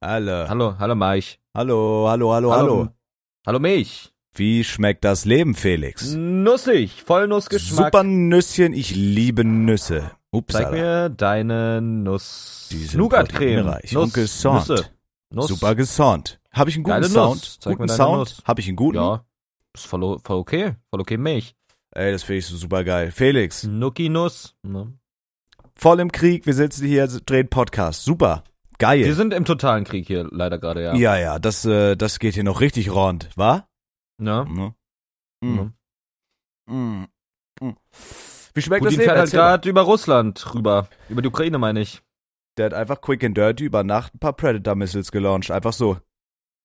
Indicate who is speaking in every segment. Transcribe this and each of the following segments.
Speaker 1: Alle.
Speaker 2: Hallo, hallo Maich.
Speaker 1: Hallo, hallo, hallo, hallo.
Speaker 2: Hallo Milch.
Speaker 1: Wie schmeckt das Leben,
Speaker 2: Hm,
Speaker 1: Felix?
Speaker 2: Nussig, Vollnussgeschmack.
Speaker 1: Super Nüsschen, ich liebe Nüsse.
Speaker 2: Zeig
Speaker 1: Upsala.
Speaker 2: mir deine Nuss.
Speaker 1: Die sind
Speaker 2: Nougat-Creme.
Speaker 1: proteinreich
Speaker 2: Nuss,
Speaker 1: und gesund.
Speaker 2: Nüsse. Nuss.
Speaker 1: Super gesaunt. Habe ich einen guten
Speaker 2: Geile Nuss.
Speaker 1: Sound?
Speaker 2: Zeig mir
Speaker 1: Guten
Speaker 2: deine
Speaker 1: Sound?
Speaker 2: Nuss.
Speaker 1: Habe ich einen guten?
Speaker 2: Ja. Ist voll, o- voll okay. Voll okay Milch.
Speaker 1: Ey, das finde ich so super geil.
Speaker 2: Hm.
Speaker 1: Felix,
Speaker 2: Nucki-Nuss. Ne?
Speaker 1: voll im Krieg, wir sitzen hier, drehen Podcast. Super.
Speaker 2: Wir
Speaker 1: Geil.
Speaker 2: sind im totalen Krieg hier leider gerade, ja.
Speaker 1: Ja, ja, das, äh, das geht hier noch richtig rund, wa?
Speaker 2: Ne?
Speaker 1: Ne?
Speaker 2: Ne?
Speaker 1: Mm. Mm. Wie schmeckt
Speaker 2: Putin
Speaker 1: das Leben?
Speaker 2: fährt halt
Speaker 1: Erzähl mal.
Speaker 2: gerade über Russland rüber. Über die Ukraine meine ich.
Speaker 1: Der hat einfach quick and dirty über Nacht ein paar Predator-Missiles gelauncht. Einfach so.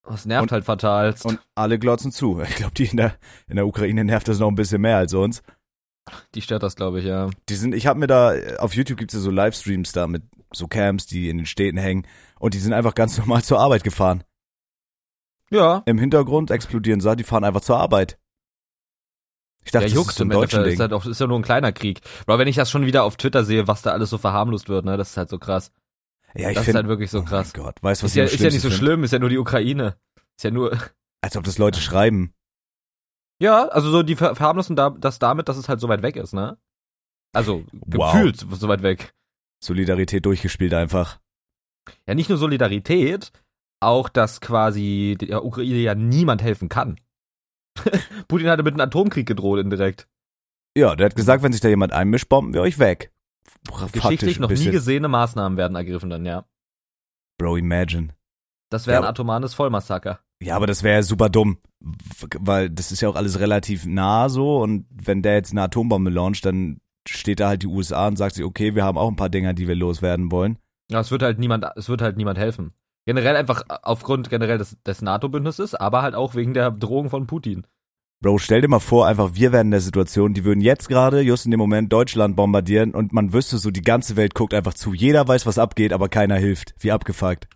Speaker 2: Das nervt
Speaker 1: Und-
Speaker 2: halt fatalst.
Speaker 1: Und alle glotzen zu. Ich glaube, die in der, in der Ukraine nervt das noch ein bisschen mehr als uns.
Speaker 2: die stört das, glaube ich, ja.
Speaker 1: Die sind, ich habe mir da, äh, auf YouTube gibt's ja so Livestreams da mit so Camps, die in den Städten hängen. Und die sind einfach ganz normal zur Arbeit gefahren.
Speaker 2: Ja.
Speaker 1: Im Hintergrund explodieren sah, die fahren einfach zur Arbeit. Ich dachte,
Speaker 2: der
Speaker 1: das
Speaker 2: juckt
Speaker 1: ist so ein
Speaker 2: im Endeffekt.
Speaker 1: deutsches
Speaker 2: Ist,
Speaker 1: Ding.
Speaker 2: halt auch, ist ja nur ein kleiner Krieg. Aber wenn ich das schon wieder auf Twitter sehe, was da alles so verharmlost wird, ne, das ist halt so krass.
Speaker 1: Ja, ich
Speaker 2: das ist
Speaker 1: finde,
Speaker 2: halt wirklich so krass.
Speaker 1: oh mein Gott, weißt du, was
Speaker 2: ist ja,
Speaker 1: ich am
Speaker 2: ist ja nicht so
Speaker 1: schlimmsten find?
Speaker 2: schlimm, ist ja nur die Ukraine. Ist ja nur.
Speaker 1: Als ob das Leute schreiben.
Speaker 2: Ja, also so die ver- verharmlosen da, das damit, dass es halt so weit weg ist, ne? Also
Speaker 1: Wow.
Speaker 2: gefühlt so weit weg.
Speaker 1: Solidarität durchgespielt einfach.
Speaker 2: Ja, nicht nur Solidarität, auch dass quasi der Ukraine ja niemand helfen kann. Putin hatte mit einem Atomkrieg gedroht indirekt.
Speaker 1: Ja, der hat gesagt, wenn sich da jemand einmischt, bomben wir euch weg. Faktisch
Speaker 2: Geschichtlich
Speaker 1: ein
Speaker 2: noch nie
Speaker 1: bisschen.
Speaker 2: gesehene Maßnahmen werden ergriffen dann, ja.
Speaker 1: Bro, imagine.
Speaker 2: Das wäre
Speaker 1: Ja.
Speaker 2: ein atomares Vollmassaker.
Speaker 1: Ja, aber das wäre ja super dumm, w- weil das ist ja auch alles relativ nah so und wenn der jetzt eine Atombombe launcht, dann steht da halt die USA und sagt sich, okay, wir haben auch ein paar Dinger, die wir loswerden wollen.
Speaker 2: Ja, es wird halt niemand, es wird halt niemand helfen. Generell einfach aufgrund generell des, des NATO-Bündnisses, aber halt auch wegen der Drohung von Putin.
Speaker 1: Bro, stell dir mal vor, einfach wir wären in der Situation, die würden jetzt gerade, just in dem Moment, Deutschland bombardieren und man wüsste so, die ganze Welt guckt einfach zu. Jeder weiß, was abgeht, aber keiner hilft. Wie abgefuckt.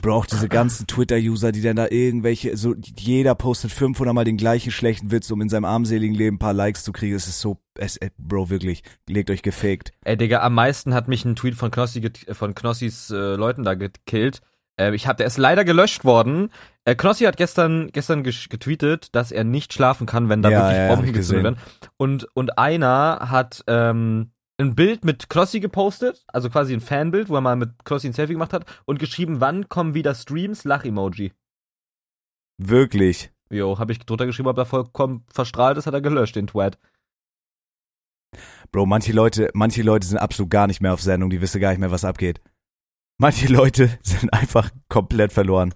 Speaker 1: Bro, auch diese ganzen Twitter-User, die dann da irgendwelche, so, jeder postet 500 mal den gleichen schlechten Witz, um in seinem armseligen Leben ein paar Likes zu kriegen. Es ist so, es, äh, Bro, wirklich, legt euch gefaked.
Speaker 2: Ey, Digga, am meisten hat mich ein Tweet von, Knossi, get- von Knossis äh, Leuten da gekillt. Äh, ich hab, der ist leider gelöscht worden. Äh, Knossi hat gestern, gestern gesch- getweetet, dass er nicht schlafen kann, wenn da
Speaker 1: Ja,
Speaker 2: wirklich
Speaker 1: ja, hab
Speaker 2: Bomben
Speaker 1: ich
Speaker 2: gezündet werden. Und, und einer hat ähm, ein Bild mit Knossi gepostet, also quasi ein Fanbild, wo er mal mit Knossi ein Selfie gemacht hat und geschrieben, wann kommen wieder Streams, Lach-Emoji.
Speaker 1: Wirklich.
Speaker 2: Jo, hab ich drunter geschrieben, ob er vollkommen verstrahlt ist, hat er gelöscht, den Tweet.
Speaker 1: Bro, manche Leute, manche Leute sind absolut gar nicht mehr auf Sendung, die wissen gar nicht mehr, was abgeht. Manche Leute sind einfach komplett verloren.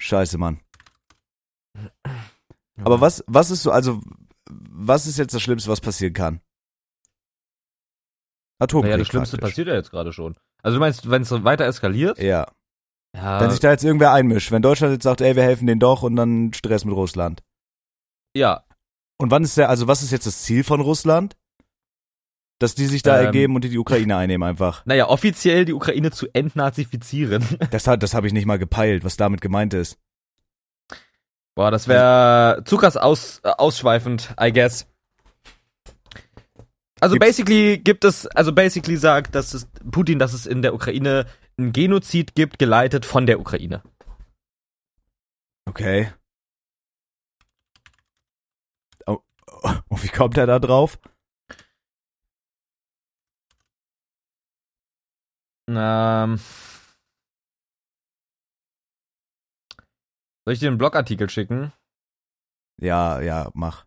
Speaker 1: Scheiße, Mann. Aber was, was ist so, also, was ist jetzt das Schlimmste, was passieren kann? Atomkrieg.
Speaker 2: Naja, das Schlimmste
Speaker 1: praktisch.
Speaker 2: passiert ja jetzt gerade schon. Also du meinst, wenn es weiter eskaliert?
Speaker 1: Ja.
Speaker 2: Ja,
Speaker 1: Wenn sich da jetzt irgendwer einmischt, wenn Deutschland jetzt sagt, ey, wir helfen denen doch und dann Stress mit Russland.
Speaker 2: ja,
Speaker 1: Und wann ist der, also was ist jetzt das Ziel von Russland? Dass die sich da
Speaker 2: Ähm.
Speaker 1: ergeben und die, die Ukraine einnehmen einfach.
Speaker 2: naja, offiziell die Ukraine zu entnazifizieren.
Speaker 1: Das, hat, das habe ich nicht mal gepeilt, was damit gemeint ist.
Speaker 2: Boah, das wäre zu krass aus, äh, ausschweifend, I guess. Also
Speaker 1: Gibt's-
Speaker 2: basically gibt es, also basically sagt, dass es Putin, dass es in der Ukraine einen Genozid gibt, geleitet von der Ukraine.
Speaker 1: Okay. Oh, oh, und wie kommt er da drauf?
Speaker 2: Ähm, soll ich dir einen Blogartikel schicken?
Speaker 1: Ja, ja, mach.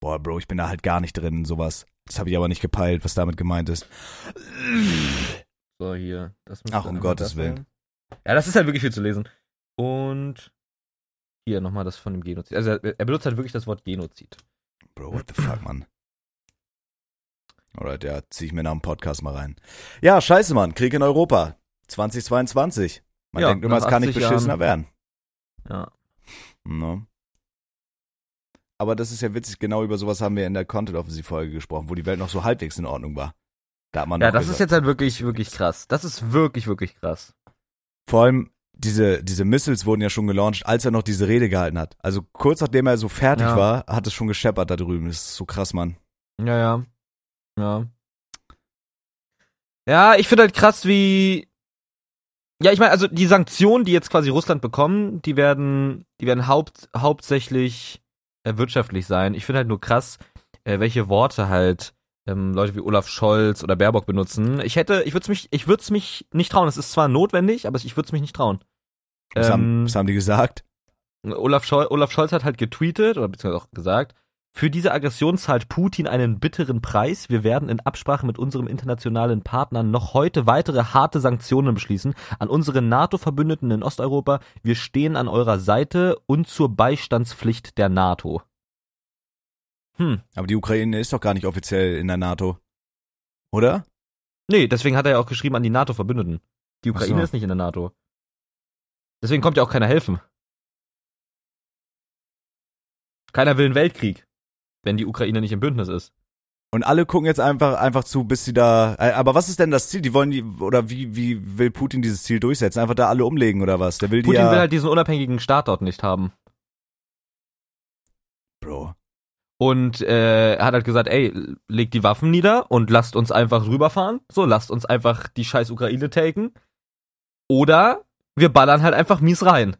Speaker 1: Boah, Bro, ich bin da halt gar nicht drin in sowas. Das habe ich aber nicht gepeilt, was damit gemeint ist.
Speaker 2: So, hier. Das
Speaker 1: Ach, um Gottes Willen.
Speaker 2: Ja, das ist halt wirklich viel zu lesen. Und hier nochmal das von dem Genozid. Also er, er benutzt halt wirklich das Wort Genozid.
Speaker 1: Bro, what the fuck, Mann. Alright, ja, zieh ich mir nach dem Podcast mal rein. Ja, scheiße, Mann. Krieg in Europa. 2022. Man
Speaker 2: Ja,
Speaker 1: denkt immer,
Speaker 2: nach
Speaker 1: es kann nicht
Speaker 2: 80 Jahren.
Speaker 1: beschissener werden.
Speaker 2: Ja.
Speaker 1: Ne? Aber das ist ja witzig, genau über sowas haben wir in der Content Offensive Folge gesprochen, wo die Welt noch so halbwegs in Ordnung war. Da hat man
Speaker 2: Ja,
Speaker 1: noch
Speaker 2: das
Speaker 1: gesagt.
Speaker 2: ist jetzt halt wirklich, wirklich krass. Das ist wirklich, wirklich krass.
Speaker 1: Vor allem diese, diese Missiles wurden ja schon gelauncht, als er noch diese Rede gehalten hat. Also kurz nachdem er so fertig
Speaker 2: Ja.
Speaker 1: war, hat es schon gescheppert da drüben. Das ist so krass, Mann.
Speaker 2: Ja, ja. Ja. Ja, ich finde halt krass, wie Ja, ich meine, also die Sanktionen, die jetzt quasi Russland bekommen, die werden, die werden haupt, hauptsächlich äh, wirtschaftlich sein. Ich finde halt nur krass, äh, welche Worte halt ähm, Leute wie Olaf Scholz oder Baerbock benutzen. Ich hätte, ich würde es mich, ich würde es mich nicht trauen. Es ist zwar notwendig, aber ich würde es mich nicht trauen.
Speaker 1: Was,
Speaker 2: Ähm.
Speaker 1: haben, was haben die gesagt?
Speaker 2: Olaf, Schol Olaf Scholz hat halt getweetet oder beziehungsweise auch gesagt, für diese Aggression zahlt Putin einen bitteren Preis. Wir werden in Absprache mit unserem internationalen Partnern noch heute weitere harte Sanktionen beschließen. An unsere NATO-Verbündeten in Osteuropa, wir stehen an eurer Seite und zur Beistandspflicht der NATO. Hm.
Speaker 1: Aber die Ukraine ist doch gar nicht offiziell in der NATO. Oder?
Speaker 2: Nee, deswegen hat er ja auch geschrieben an die NATO-Verbündeten. Die Ukraine
Speaker 1: so.
Speaker 2: ist nicht in der NATO. Deswegen kommt ja auch keiner helfen. Keiner will einen Weltkrieg, wenn die Ukraine nicht im Bündnis ist.
Speaker 1: Und alle gucken jetzt einfach, einfach zu, bis sie da. Äh, Aber was ist denn das Ziel? Die wollen die, oder wie, wie will Putin dieses Ziel durchsetzen? Einfach da alle umlegen oder was? Der will die
Speaker 2: Putin
Speaker 1: ja.
Speaker 2: will halt diesen unabhängigen Staat dort nicht haben.
Speaker 1: Bro.
Speaker 2: Und äh, er hat halt gesagt, ey, legt die Waffen nieder und lasst uns einfach rüberfahren. So, lasst uns einfach die scheiß Ukraine taken. Oder wir ballern halt einfach mies rein.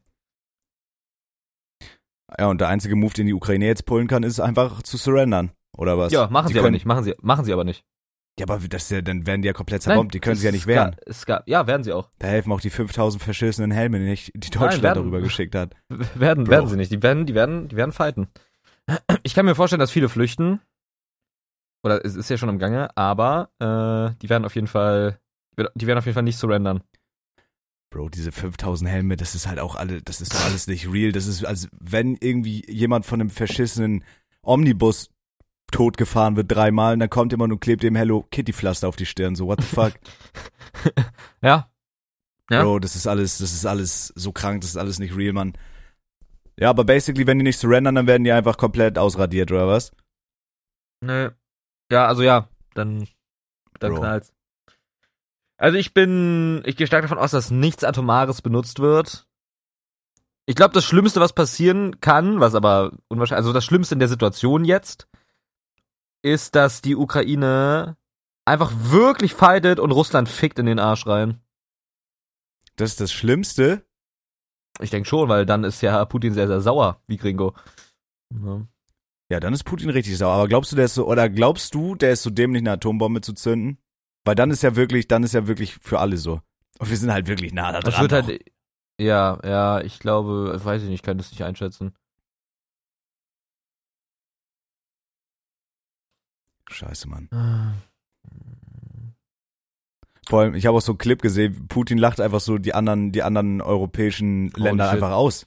Speaker 1: Ja, und der einzige Move, den die Ukraine jetzt pullen kann, ist einfach zu surrendern. Oder was?
Speaker 2: ja, machen sie, aber
Speaker 1: können,
Speaker 2: nicht, machen sie, machen sie aber nicht.
Speaker 1: Ja, aber das ist ja, dann werden die ja komplett zerbombt. die können sich ja nicht
Speaker 2: es
Speaker 1: wehren.
Speaker 2: gab- Es gab, ja, werden sie auch.
Speaker 1: Da helfen auch die 5000 verschissenen Helme nicht, die
Speaker 2: Nein, werden-
Speaker 1: Deutschland darüber geschickt hat.
Speaker 2: Werden,
Speaker 1: Bro.
Speaker 2: werden sie nicht. Die werden, die werden, die werden fighten. Ich kann mir vorstellen, dass viele flüchten. Oder es ist ja schon im Gange, aber äh, die werden auf jeden Fall, die werden auf jeden Fall nicht surrendern.
Speaker 1: Bro, diese 5000 Helme, das ist halt auch alle, das ist doch alles nicht real. Das ist, als wenn irgendwie jemand von einem verschissenen Omnibus totgefahren wird dreimal und dann kommt jemand und klebt dem Hello Kitty Pflaster auf die Stirn. So, what the fuck?
Speaker 2: Ja, Ja.
Speaker 1: Bro, das ist alles, das ist alles so krank, das ist alles nicht real, Mann. Ja, aber basically, wenn die nicht surrendern, dann werden die einfach komplett ausradiert, oder was?
Speaker 2: Nö. Ja, also ja, dann, dann
Speaker 1: Bro.
Speaker 2: knallt's. Also ich bin, ich gehe stark davon aus, dass nichts Atomares benutzt wird. Ich glaube, das Schlimmste, was passieren kann, was aber unwahrscheinlich, also das Schlimmste in der Situation jetzt, ist, dass die Ukraine einfach wirklich fightet und Russland fickt in den Arsch rein.
Speaker 1: Das ist das Schlimmste.
Speaker 2: Ich denke schon, weil dann ist ja Putin sehr, sehr sauer, wie Gringo. Ne? Ja.
Speaker 1: Ja, dann ist Putin richtig sauer. Aber glaubst du, der ist so, oder glaubst du, der ist so dämlich, eine Atombombe zu zünden? Weil dann ist ja wirklich, dann ist ja wirklich für alle so. Und wir sind halt wirklich nah da dran.
Speaker 2: Das wird
Speaker 1: auch.
Speaker 2: halt, ja, ja, ich glaube, weiß ich nicht, ich kann das nicht einschätzen.
Speaker 1: Scheiße, Mann. Vor allem, ich habe auch so einen Clip gesehen, Putin lacht einfach so die anderen, die anderen europäischen
Speaker 2: Holy
Speaker 1: Länder
Speaker 2: shit.
Speaker 1: einfach aus.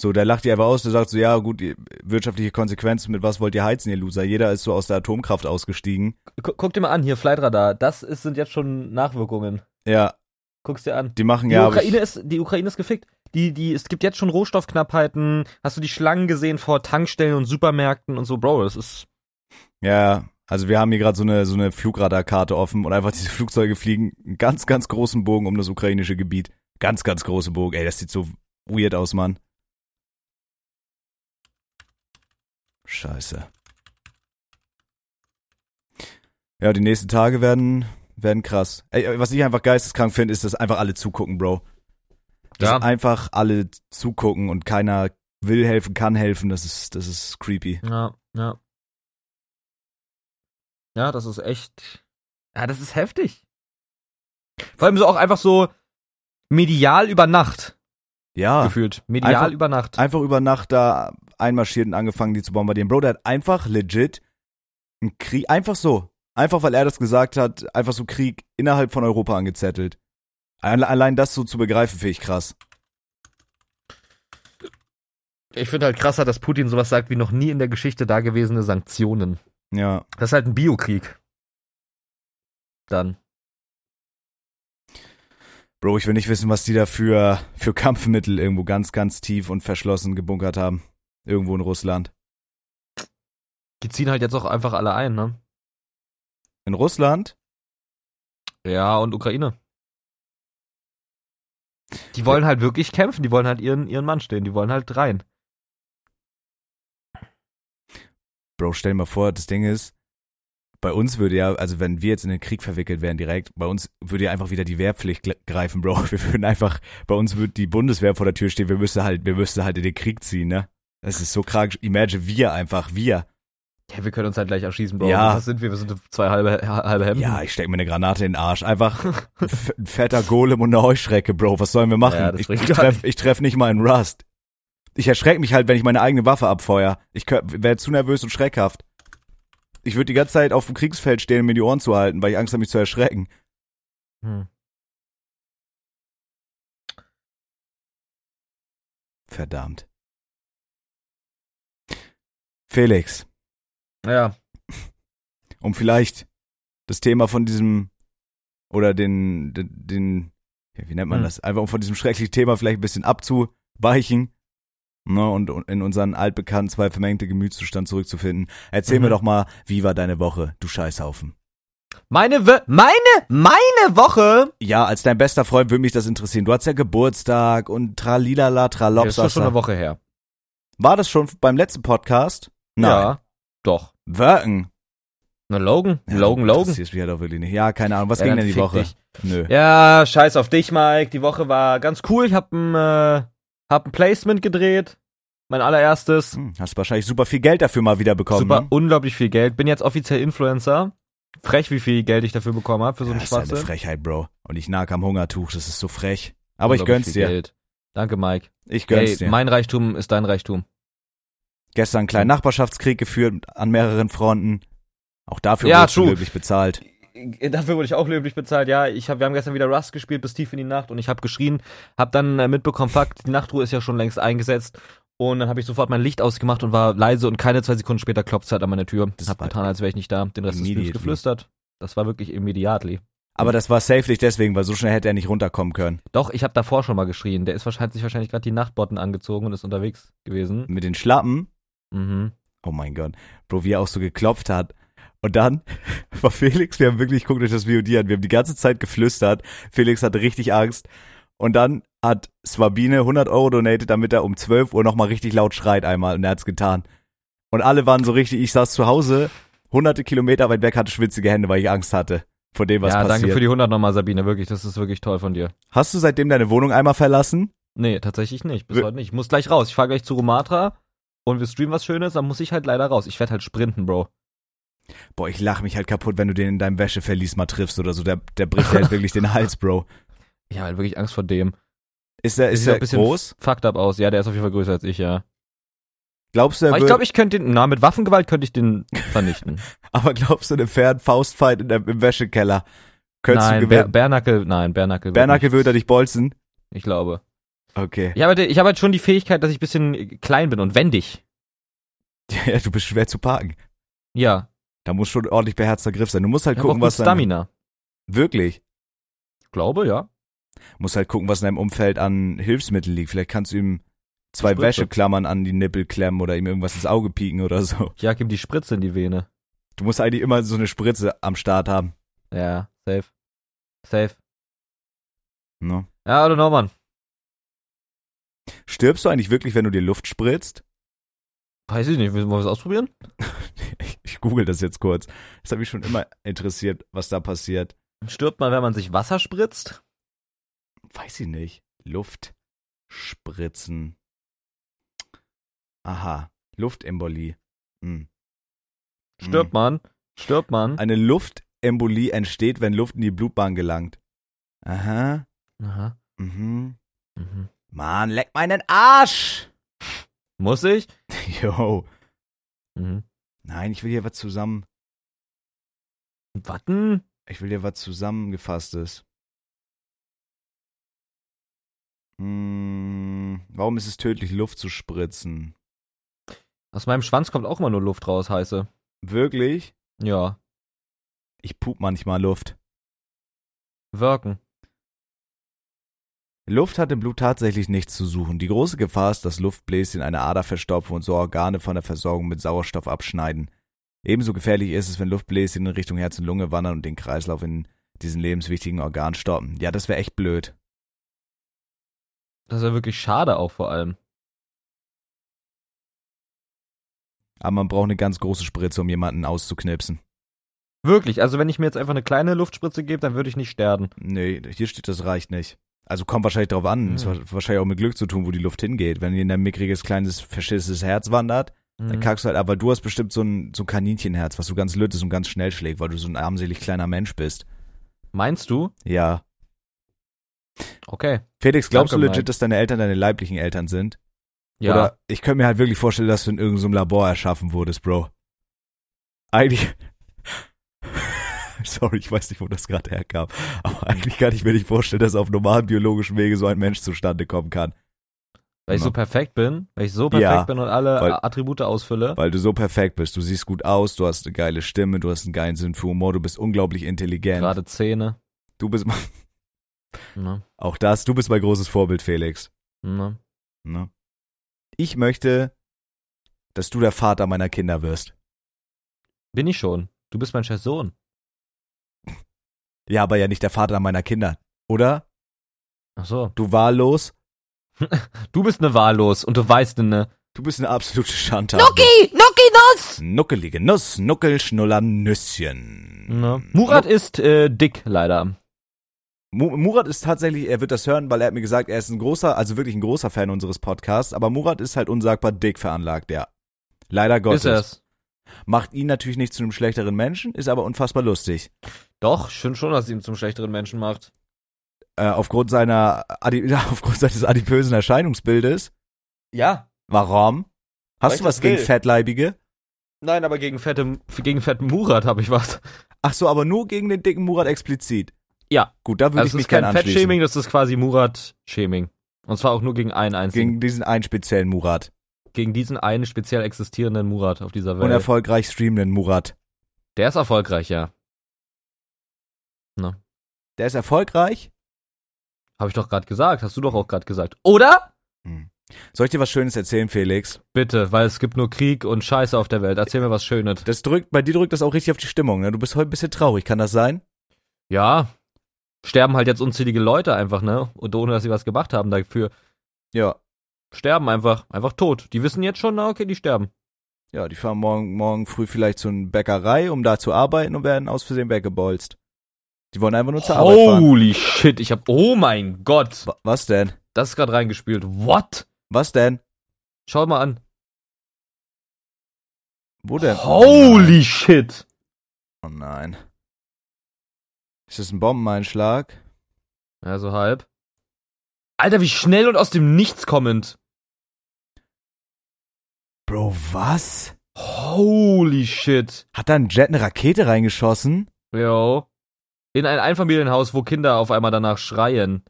Speaker 1: So, der lacht die einfach aus, der sagt so, ja gut, ihr- wirtschaftliche Konsequenzen, mit was wollt ihr heizen, ihr Loser? Jeder ist so aus der Atomkraft ausgestiegen.
Speaker 2: Gu- Guck dir mal an, hier Flightradar. Das ist, sind jetzt schon Nachwirkungen.
Speaker 1: Ja,
Speaker 2: Guck's dir an.
Speaker 1: die machen
Speaker 2: Die,
Speaker 1: ja, aber ich,
Speaker 2: Ukraine, ist, die Ukraine ist gefickt. Die, die, es gibt jetzt schon Rohstoffknappheiten. Hast du die Schlangen gesehen vor Tankstellen und Supermärkten und so, Bro? Das ist.
Speaker 1: ja, also wir haben hier gerade so eine, so eine Flugradarkarte offen und einfach diese Flugzeuge fliegen einen ganz, ganz großen Bogen um das ukrainische Gebiet. Ganz, ganz große Bogen, ey, das sieht so weird aus, Mann. Scheiße. Ja, die nächsten Tage werden, werden krass. Ey, äh, was ich einfach geisteskrank finde, ist, dass einfach alle zugucken, Bro. Dass
Speaker 2: Ja.
Speaker 1: einfach alle zugucken und keiner will helfen, kann helfen, das ist, das ist creepy.
Speaker 2: Ja, ja. Ja, das ist echt. Ja, das ist heftig. Vor allem so auch einfach so medial über Nacht
Speaker 1: Ja.
Speaker 2: gefühlt. Medial
Speaker 1: Ah. Einfach-
Speaker 2: über Nacht.
Speaker 1: einfach über Nacht da einmarschiert und angefangen, die zu bombardieren. Bro, der hat einfach legit einen Krieg, einfach so, einfach weil er das gesagt hat, einfach so Krieg innerhalb von Europa angezettelt. Alle- Allein das so zu begreifen, finde ich krass.
Speaker 2: Ich finde halt krasser, dass Putin sowas sagt wie noch nie in der Geschichte dagewesene Sanktionen.
Speaker 1: Ja,
Speaker 2: Das ist halt ein Biokrieg. Dann.
Speaker 1: Bro, ich will nicht wissen, was die da für, für Kampfmittel irgendwo ganz, ganz tief und verschlossen gebunkert haben. Irgendwo in Russland.
Speaker 2: Die ziehen halt jetzt auch einfach alle ein, ne?
Speaker 1: In Russland?
Speaker 2: Ja, und Ukraine. Die wollen halt wirklich kämpfen, die wollen halt ihren, ihren Mann stehen, die wollen halt rein.
Speaker 1: Bro, stell dir mal vor, das Ding ist, bei uns würde ja, also wenn wir jetzt in den Krieg verwickelt wären direkt, bei uns würde ja einfach wieder die Wehrpflicht gl- greifen, Bro. Wir würden einfach, bei uns würde die Bundeswehr vor der Tür stehen, wir müssten halt, wir müssten halt in den Krieg ziehen, ne? Das ist so krank. Imagine wir einfach, wir.
Speaker 2: Ja, wir können uns halt gleich erschießen, Bro.
Speaker 1: Ja.
Speaker 2: Was sind wir? Wir sind zwei halbe, halbe Hemden.
Speaker 1: Ja, ich steck mir eine Granate in den Arsch. Einfach ein f- ein fetter Golem und eine Heuschrecke, Bro. Was sollen wir machen?
Speaker 2: Ja, das
Speaker 1: ich ich
Speaker 2: bringt gar
Speaker 1: treff, ich treff nicht mal in Rust. Ich erschreck mich halt, wenn ich meine eigene Waffe abfeuer. Ich wäre zu nervös und schreckhaft. Ich würde die ganze Zeit auf dem Kriegsfeld stehen und mir die Ohren zu halten, weil ich Angst habe, mich zu erschrecken.
Speaker 2: Hm.
Speaker 1: Verdammt. Felix,
Speaker 2: ja.
Speaker 1: um vielleicht das Thema von diesem oder den, den, den ja, wie nennt man
Speaker 2: Hm.
Speaker 1: das? Einfach um von diesem schrecklichen Thema vielleicht ein bisschen abzuweichen ne, und, und in unseren altbekannten zwei vermengte Gemütszustand zurückzufinden. Erzähl
Speaker 2: Mhm.
Speaker 1: mir doch mal, wie war deine Woche, du Scheißhaufen?
Speaker 2: Meine, We- meine, meine Woche.
Speaker 1: Ja, als dein bester Freund würde mich das interessieren. Du hattest ja Geburtstag und tralalala,
Speaker 2: Ja, das ist doch
Speaker 1: tralopsasa.
Speaker 2: schon eine Woche her.
Speaker 1: war das schon beim letzten Podcast?
Speaker 2: Ja. Doch.
Speaker 1: Wirken.
Speaker 2: Na, Logan.
Speaker 1: Ja,
Speaker 2: Logan,
Speaker 1: das
Speaker 2: Logan.
Speaker 1: interessiert mich ja doch wirklich nicht. Ja, keine Ahnung. Was
Speaker 2: Ja,
Speaker 1: ging denn
Speaker 2: dann
Speaker 1: die
Speaker 2: fick
Speaker 1: Woche?
Speaker 2: dich.
Speaker 1: Nö.
Speaker 2: Ja, scheiß auf dich, Mike. Die Woche war ganz cool. Ich hab ein, äh, hab ein Placement gedreht. Mein allererstes.
Speaker 1: Hm, hast wahrscheinlich super viel Geld dafür mal wieder bekommen.
Speaker 2: Super,
Speaker 1: ne?
Speaker 2: unglaublich viel Geld. Bin jetzt offiziell Influencer. Frech, wie viel Geld ich dafür bekommen hab für so
Speaker 1: Ja,
Speaker 2: einen
Speaker 1: das ist eine
Speaker 2: Schwachsinn.
Speaker 1: Frechheit, Bro. Und ich nag am Hungertuch, das ist so frech. Aber ich gönn's
Speaker 2: Unglaublich viel
Speaker 1: dir.
Speaker 2: Geld. Danke, Mike.
Speaker 1: Ich gönn's
Speaker 2: Ey,
Speaker 1: dir.
Speaker 2: mein Hm. Reichtum ist dein Reichtum.
Speaker 1: Gestern einen kleinen Nachbarschaftskrieg geführt an mehreren Fronten. Auch dafür
Speaker 2: Ja,
Speaker 1: wurdest du
Speaker 2: true.
Speaker 1: löblich bezahlt.
Speaker 2: Äh, Dafür wurde ich auch löblich bezahlt. Ja, ich hab, wir haben gestern wieder Rust gespielt bis tief in die Nacht und ich habe geschrien, habe dann äh, mitbekommen, fuck, die Nachtruhe ist ja schon längst eingesetzt. Und dann habe ich sofort mein Licht ausgemacht und war leise und keine zwei Sekunden später klopft es halt an meine Tür.
Speaker 1: Das
Speaker 2: hab
Speaker 1: war-
Speaker 2: getan, als wäre ich nicht da. Den Rest des Spiels
Speaker 1: Immediately.
Speaker 2: geflüstert. Das war wirklich immediately.
Speaker 1: Aber das war safe nicht deswegen, weil so schnell hätte er nicht runterkommen können.
Speaker 2: Doch, ich habe davor schon mal geschrien. Der ist wahrscheinlich, hat sich wahrscheinlich gerade die Nachtbotten angezogen und ist unterwegs gewesen.
Speaker 1: Mit den Schlappen,
Speaker 2: Mhm.
Speaker 1: oh mein Gott, Bro, wie er auch so geklopft hat. Und dann war Felix, wir haben wirklich, guckt euch das VOD an, wir haben die ganze Zeit geflüstert. Felix hatte richtig Angst. Und dann hat Swabine 100 Euro donated, damit er um 12 Uhr nochmal richtig laut schreit einmal. Und er hat's getan. Und alle waren so richtig, ich saß zu Hause, hunderte Kilometer weit weg, hatte schwitzige Hände, weil ich Angst hatte vor dem, was
Speaker 2: ja,
Speaker 1: passiert.
Speaker 2: danke für die 100 nochmal, Sabine. Wirklich, das ist wirklich toll von dir.
Speaker 1: Hast du seitdem deine Wohnung einmal verlassen?
Speaker 2: Nee, tatsächlich nicht. Bis
Speaker 1: Wir-
Speaker 2: heute nicht. Ich muss gleich raus. Ich fahr gleich zu Romatra und wir streamen was Schönes, dann muss ich halt leider raus. Ich werde halt sprinten, Bro.
Speaker 1: Boah, ich lach mich halt kaputt, wenn du den in deinem Wäscheverlies mal triffst oder so. Der, der bricht dir halt wirklich den Hals, Bro.
Speaker 2: Ich habe halt wirklich Angst vor dem.
Speaker 1: Ist er,
Speaker 2: Der
Speaker 1: ist
Speaker 2: sieht auch
Speaker 1: er
Speaker 2: ein bisschen
Speaker 1: groß?
Speaker 2: Fucked up aus. Ja, der ist auf jeden Fall größer als ich, ja.
Speaker 1: Glaubst du, er
Speaker 2: Aber ich
Speaker 1: wird-
Speaker 2: glaube, ich könnte den, na, mit Waffengewalt könnte ich den vernichten.
Speaker 1: Aber glaubst du, einen fairen Faustfight in der, im Wäschekeller? Könntest du
Speaker 2: nein, Ber
Speaker 1: gewinnen?
Speaker 2: Bernackel, nein, Bernackel. wird
Speaker 1: Bernacke
Speaker 2: nicht.
Speaker 1: würde dich bolzen?
Speaker 2: Ich glaube.
Speaker 1: Okay.
Speaker 2: Ich habe halt, ich hab halt schon die Fähigkeit, dass ich bisschen klein bin und wendig.
Speaker 1: Ja. du bist schwer zu parken.
Speaker 2: Ja.
Speaker 1: Da muss schon ordentlich beherzter Griff sein. Du musst halt
Speaker 2: Ich habe auch
Speaker 1: gucken,
Speaker 2: gut
Speaker 1: was dein,
Speaker 2: Stamina.
Speaker 1: wirklich.
Speaker 2: Glaube, ja.
Speaker 1: Musst halt gucken, was in deinem Umfeld an Hilfsmitteln liegt. Vielleicht kannst du ihm zwei
Speaker 2: Spritze.
Speaker 1: Wäscheklammern an die Nippel klemmen oder ihm irgendwas ins Auge pieken oder so.
Speaker 2: Ich jag ihm die Spritze in die Vene.
Speaker 1: Du musst eigentlich immer so eine Spritze am Start haben.
Speaker 2: Ja, safe. Safe.
Speaker 1: Ne?
Speaker 2: Ja, I don't know, Mann.
Speaker 1: Stirbst du eigentlich wirklich, wenn du dir Luft spritzt?
Speaker 2: Weiß ich nicht. Wollen wir es ausprobieren?
Speaker 1: Ich, ich google das jetzt kurz. Das hat mich schon immer interessiert, was da passiert.
Speaker 2: Stirbt man, wenn man sich Wasser spritzt?
Speaker 1: weiß ich nicht, Luft spritzen. Aha, Luftembolie. Hm.
Speaker 2: Stirbt
Speaker 1: Hm.
Speaker 2: man? Stirbt man?
Speaker 1: Eine Luftembolie entsteht, wenn Luft in die Blutbahn gelangt. Aha.
Speaker 2: Aha.
Speaker 1: Mhm.
Speaker 2: Mhm.
Speaker 1: Mann, leck meinen Arsch!
Speaker 2: Muss ich?
Speaker 1: Yo.
Speaker 2: Mhm.
Speaker 1: Nein, ich will hier was zusammen.
Speaker 2: Watten?
Speaker 1: Ich will hier was zusammengefasstes. Hm, warum ist es tödlich, Luft zu spritzen?
Speaker 2: Aus meinem Schwanz kommt auch immer nur Luft raus, heiße.
Speaker 1: Wirklich?
Speaker 2: Ja.
Speaker 1: Ich pup manchmal Luft.
Speaker 2: Wirken.
Speaker 1: Luft hat im Blut tatsächlich nichts zu suchen. Die große Gefahr ist, dass Luftbläschen eine Ader verstopfen und so Organe von der Versorgung mit Sauerstoff abschneiden. Ebenso gefährlich ist es, wenn Luftbläschen in Richtung Herz und Lunge wandern und den Kreislauf in diesen lebenswichtigen Organ stoppen. Ja, das wäre echt blöd.
Speaker 2: Das ist ja wirklich schade auch vor allem.
Speaker 1: Aber man braucht eine ganz große Spritze, um jemanden auszuknipsen.
Speaker 2: Wirklich, also wenn ich mir jetzt einfach eine kleine Luftspritze gebe, dann würde ich nicht sterben.
Speaker 1: Nee, hier steht, das reicht nicht. Also kommt wahrscheinlich drauf an.
Speaker 2: Hm.
Speaker 1: Es hat wahrscheinlich auch mit Glück zu tun, wo die Luft hingeht. Wenn ihr in dein mickriges, kleines, verschissenes Herz wandert,
Speaker 2: Mhm.
Speaker 1: dann kackst du halt, aber du hast bestimmt so ein, so ein Kaninchenherz, was so ganz löt ist und ganz schnell schlägt, weil du so ein armselig kleiner Mensch bist.
Speaker 2: Meinst du?
Speaker 1: Ja.
Speaker 2: Okay.
Speaker 1: Felix, glaubst
Speaker 2: Danke,
Speaker 1: du legit,
Speaker 2: Mike.
Speaker 1: dass deine Eltern deine leiblichen Eltern sind?
Speaker 2: Ja.
Speaker 1: Oder ich könnte mir halt wirklich vorstellen, dass du in irgendeinem Labor erschaffen wurdest, Bro. Eigentlich. Sorry, ich weiß nicht, wo das gerade herkam. Aber eigentlich kann ich mir nicht vorstellen, dass auf normalen biologischen Wege so ein Mensch zustande kommen kann.
Speaker 2: weil ich so perfekt bin, weil ich so perfekt
Speaker 1: Ja,
Speaker 2: bin und alle
Speaker 1: weil-
Speaker 2: Attribute ausfülle.
Speaker 1: Weil du so perfekt bist. Du siehst gut aus, du hast eine geile Stimme, du hast einen geilen Sinn für Humor, du bist unglaublich intelligent.
Speaker 2: Gerade Zähne.
Speaker 1: Du bist.
Speaker 2: Ne?
Speaker 1: Auch das, du bist mein großes Vorbild, Felix.
Speaker 2: Ne?
Speaker 1: Ne? Ich möchte, dass du der Vater meiner Kinder wirst.
Speaker 2: Bin ich schon. Du bist mein scheiß Sohn.
Speaker 1: Ja, aber ja nicht der Vater meiner Kinder. Oder?
Speaker 2: Ach so.
Speaker 1: Du wahllos.
Speaker 2: Du bist eine wahllos und du weißt eine.
Speaker 1: Du bist eine absolute Schandtat. Nucki!
Speaker 3: Nucki-Nuss!
Speaker 1: Nuckelige Nuss, Nuckelschnuller Nüsschen.
Speaker 2: Ne? Murat ist äh, dick, leider.
Speaker 1: Mu Murat ist tatsächlich, er wird das hören, weil er hat mir gesagt, er ist ein großer, also wirklich ein großer Fan unseres Podcasts, aber Murat ist halt unsagbar dick veranlagt, ja. Leider Gottes.
Speaker 2: Ist er's.
Speaker 1: Macht ihn natürlich nicht zu einem schlechteren Menschen, ist aber unfassbar lustig.
Speaker 2: Doch, ich finde schon, dass es ihn zum schlechteren Menschen macht.
Speaker 1: äh, aufgrund seiner Adi ja, aufgrund seines adipösen Erscheinungsbildes.
Speaker 2: Ja.
Speaker 1: Warum?
Speaker 2: Weil
Speaker 1: Hast
Speaker 2: ich
Speaker 1: du was
Speaker 2: das
Speaker 1: gegen
Speaker 2: will.
Speaker 1: Fettleibige?
Speaker 2: Nein, aber gegen fette, gegen fetten Murat habe ich was.
Speaker 1: Ach so, aber nur gegen den dicken Murat explizit.
Speaker 2: Ja.
Speaker 1: Gut, da würde
Speaker 2: Also
Speaker 1: ich
Speaker 2: es
Speaker 1: mich
Speaker 2: ist kein
Speaker 1: gerne anschließen.
Speaker 2: Fettshaming, das ist quasi Murat-Shaming. Und zwar auch nur gegen einen einzigen.
Speaker 1: Gegen diesen einen speziellen Murat.
Speaker 2: Gegen, diesen einen speziell existierenden Murat auf dieser Welt.
Speaker 1: Unerfolgreich streamenden Murat.
Speaker 2: Der ist erfolgreich, ja.
Speaker 1: Der ist erfolgreich.
Speaker 2: Habe ich doch gerade gesagt. Hast du doch auch gerade gesagt. Oder?
Speaker 1: Soll ich dir was Schönes erzählen, Felix?
Speaker 2: Bitte, weil es gibt nur Krieg und Scheiße auf der Welt. Erzähl mir was Schönes.
Speaker 1: Das drückt, bei dir drückt das auch richtig auf die Stimmung. Ne? Du bist heute ein bisschen traurig, kann das sein?
Speaker 2: Ja. Sterben halt jetzt unzählige Leute einfach, ne? Und ohne, dass sie was gemacht haben dafür.
Speaker 1: Ja.
Speaker 2: Sterben einfach. Einfach tot. Die wissen jetzt schon, na okay, die sterben.
Speaker 1: Ja, die fahren morgen, morgen früh vielleicht zu einer Bäckerei, um da zu arbeiten und werden aus Versehen weggebolzt. Die wollen einfach nur zur Arbeit fahren.
Speaker 2: Holy shit, ich hab. Oh mein Gott.
Speaker 1: Wa- Was denn?
Speaker 2: Das ist gerade reingespielt. What?
Speaker 1: Was denn?
Speaker 2: Schau mal an.
Speaker 1: Wo denn?
Speaker 2: Holy shit.
Speaker 1: Oh nein. Ist das ein Bombeneinschlag?
Speaker 2: Ja, so halb. Alter, wie schnell und aus dem Nichts kommend.
Speaker 1: Bro, was?
Speaker 2: Holy shit.
Speaker 1: Hat da ein Jet eine Rakete reingeschossen?
Speaker 2: Jo. In ein Einfamilienhaus, wo Kinder auf einmal danach schreien.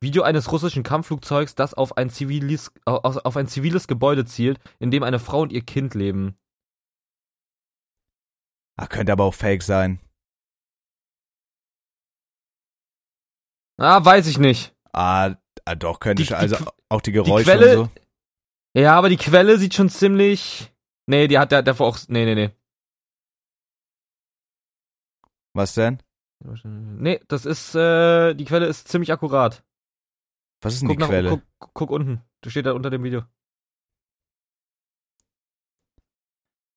Speaker 2: Video eines russischen Kampfflugzeugs, das auf ein ziviles, au- aus- auf ein ziviles Gebäude zielt, in dem eine Frau und ihr Kind leben.
Speaker 1: Ah, könnte aber auch fake sein.
Speaker 2: Ah, weiß ich nicht.
Speaker 1: Ah, ah doch, könnte
Speaker 2: Die-
Speaker 1: schon. Also
Speaker 2: die Qu-
Speaker 1: auch die Geräusche
Speaker 2: Quelle-
Speaker 1: und so.
Speaker 2: Ja, aber die Quelle sieht schon ziemlich. Nee, die hat der davor auch. Nee, nee, nee.
Speaker 1: Was denn?
Speaker 2: Nee, das ist, äh, die Quelle ist ziemlich akkurat.
Speaker 1: Was ist denn
Speaker 2: Guck,
Speaker 1: die
Speaker 2: nach,
Speaker 1: Quelle?
Speaker 2: guck, guck unten. Das steht da unter dem Video.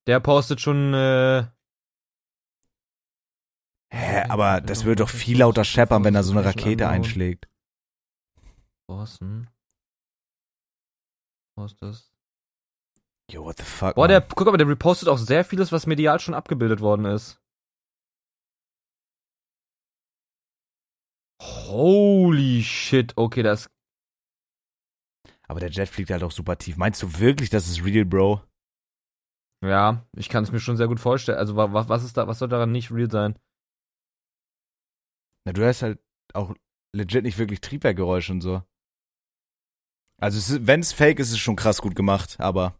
Speaker 2: Der postet schon, äh,
Speaker 1: Hä, aber das würde doch viel lauter scheppern, wenn da so eine Rakete einschlägt.
Speaker 2: Thorsten. Was ist das?
Speaker 1: Yo, what the fuck?
Speaker 2: Boah, der,
Speaker 1: Mann.
Speaker 2: guck aber, der repostet auch sehr vieles, was medial schon abgebildet worden ist. Holy shit, okay, das.
Speaker 1: aber der Jet fliegt halt auch super tief. Meinst du wirklich, das ist real, Bro?
Speaker 2: Ja, ich kann es mir schon sehr gut vorstellen. Also, was, was ist da, was soll daran nicht real sein?
Speaker 1: Na, du hörst halt auch legit nicht wirklich Triebwerkgeräusche und so. Also, es ist- wenn's fake ist, ist es schon krass gut gemacht, aber.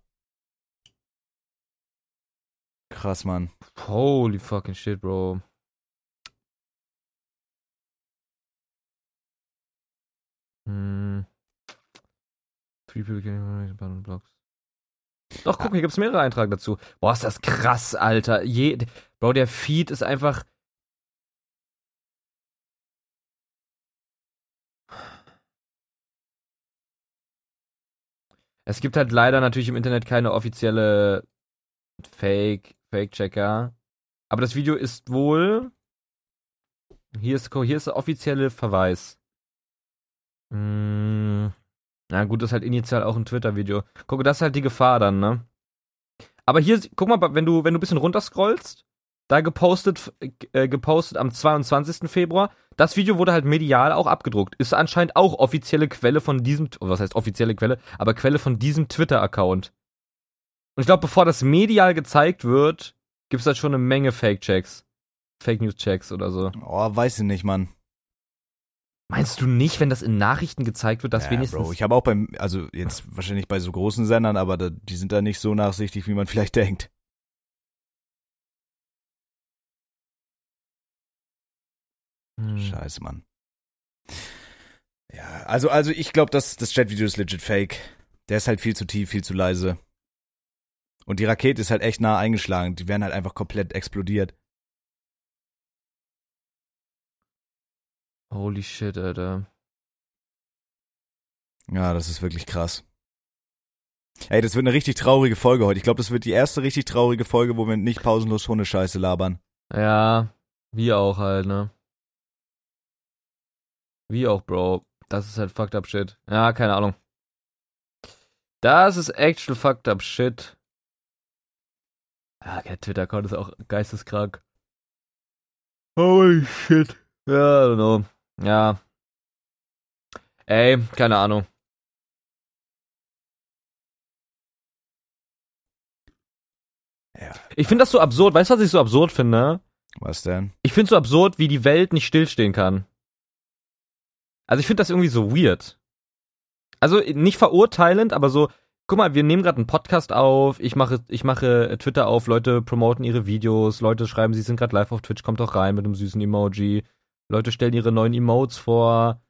Speaker 1: Krass, Mann.
Speaker 2: Holy fucking shit, Bro. Hm. Three people can information about the blocks. Doch, guck, hier gibt's mehrere Eintragen dazu. Boah, ist das krass, Alter. Je, Bro, der Feed ist einfach. Es gibt halt leider natürlich im Internet keine offizielle Fake, Fake-Checker. Aber das Video ist wohl. Hier ist, hier ist der offizielle Verweis. Mm, na gut, das ist halt initial auch ein Twitter-Video. Guck, das ist halt die Gefahr dann, ne? Aber hier, guck mal, wenn du, wenn du ein bisschen runterscrollst, da gepostet, äh, gepostet am 22. Februar, das Video wurde halt medial auch abgedruckt. Ist anscheinend auch offizielle Quelle von diesem, oh, was heißt offizielle Quelle, aber Quelle von diesem Twitter-Account. Und ich glaube, bevor das medial gezeigt wird, gibt es halt schon eine Menge Fake-Checks. Fake-News-Checks oder so.
Speaker 1: Oh, weiß ich nicht, Mann.
Speaker 2: Meinst du nicht, wenn das in Nachrichten gezeigt wird, dass
Speaker 1: Ja,
Speaker 2: wenigstens.
Speaker 1: Bro, ich habe auch beim, also jetzt wahrscheinlich bei so großen Sendern, aber da, die sind da nicht so nachsichtig, wie man vielleicht denkt.
Speaker 2: Hm.
Speaker 1: Scheiße, Mann. Ja, also, also ich glaube, das, das Chat-Video ist legit fake. Der ist halt viel zu tief, viel zu leise. Und die Rakete ist halt echt nah eingeschlagen. Die werden halt einfach komplett explodiert.
Speaker 2: Holy shit, Alter.
Speaker 1: Ja, das ist wirklich krass. Ey, das wird eine richtig traurige Folge heute. Ich glaube, das wird die erste richtig traurige Folge, wo wir nicht pausenlos Hundescheiße labern.
Speaker 2: Ja, wie auch halt, ne? Wie auch, Bro. Das ist halt fucked up shit. Ja, keine Ahnung. Das ist actual fucked up shit. Ja, der Twitter-Account ist auch geisteskrank. Holy shit. Ja, I don't know. Ja. Ey, keine Ahnung.
Speaker 1: Ja.
Speaker 2: Ich finde das so absurd. Weißt du, was ich so absurd finde?
Speaker 1: Was denn?
Speaker 2: Ich finde so absurd, wie die Welt nicht stillstehen kann. Also ich finde das irgendwie so weird. Also nicht verurteilend, aber so, guck mal, wir nehmen gerade einen Podcast auf, ich mache, ich mache Twitter auf, Leute promoten ihre Videos, Leute schreiben, sie sind gerade live auf Twitch, kommt doch rein mit einem süßen Emoji. Leute stellen ihre neuen Emotes vor.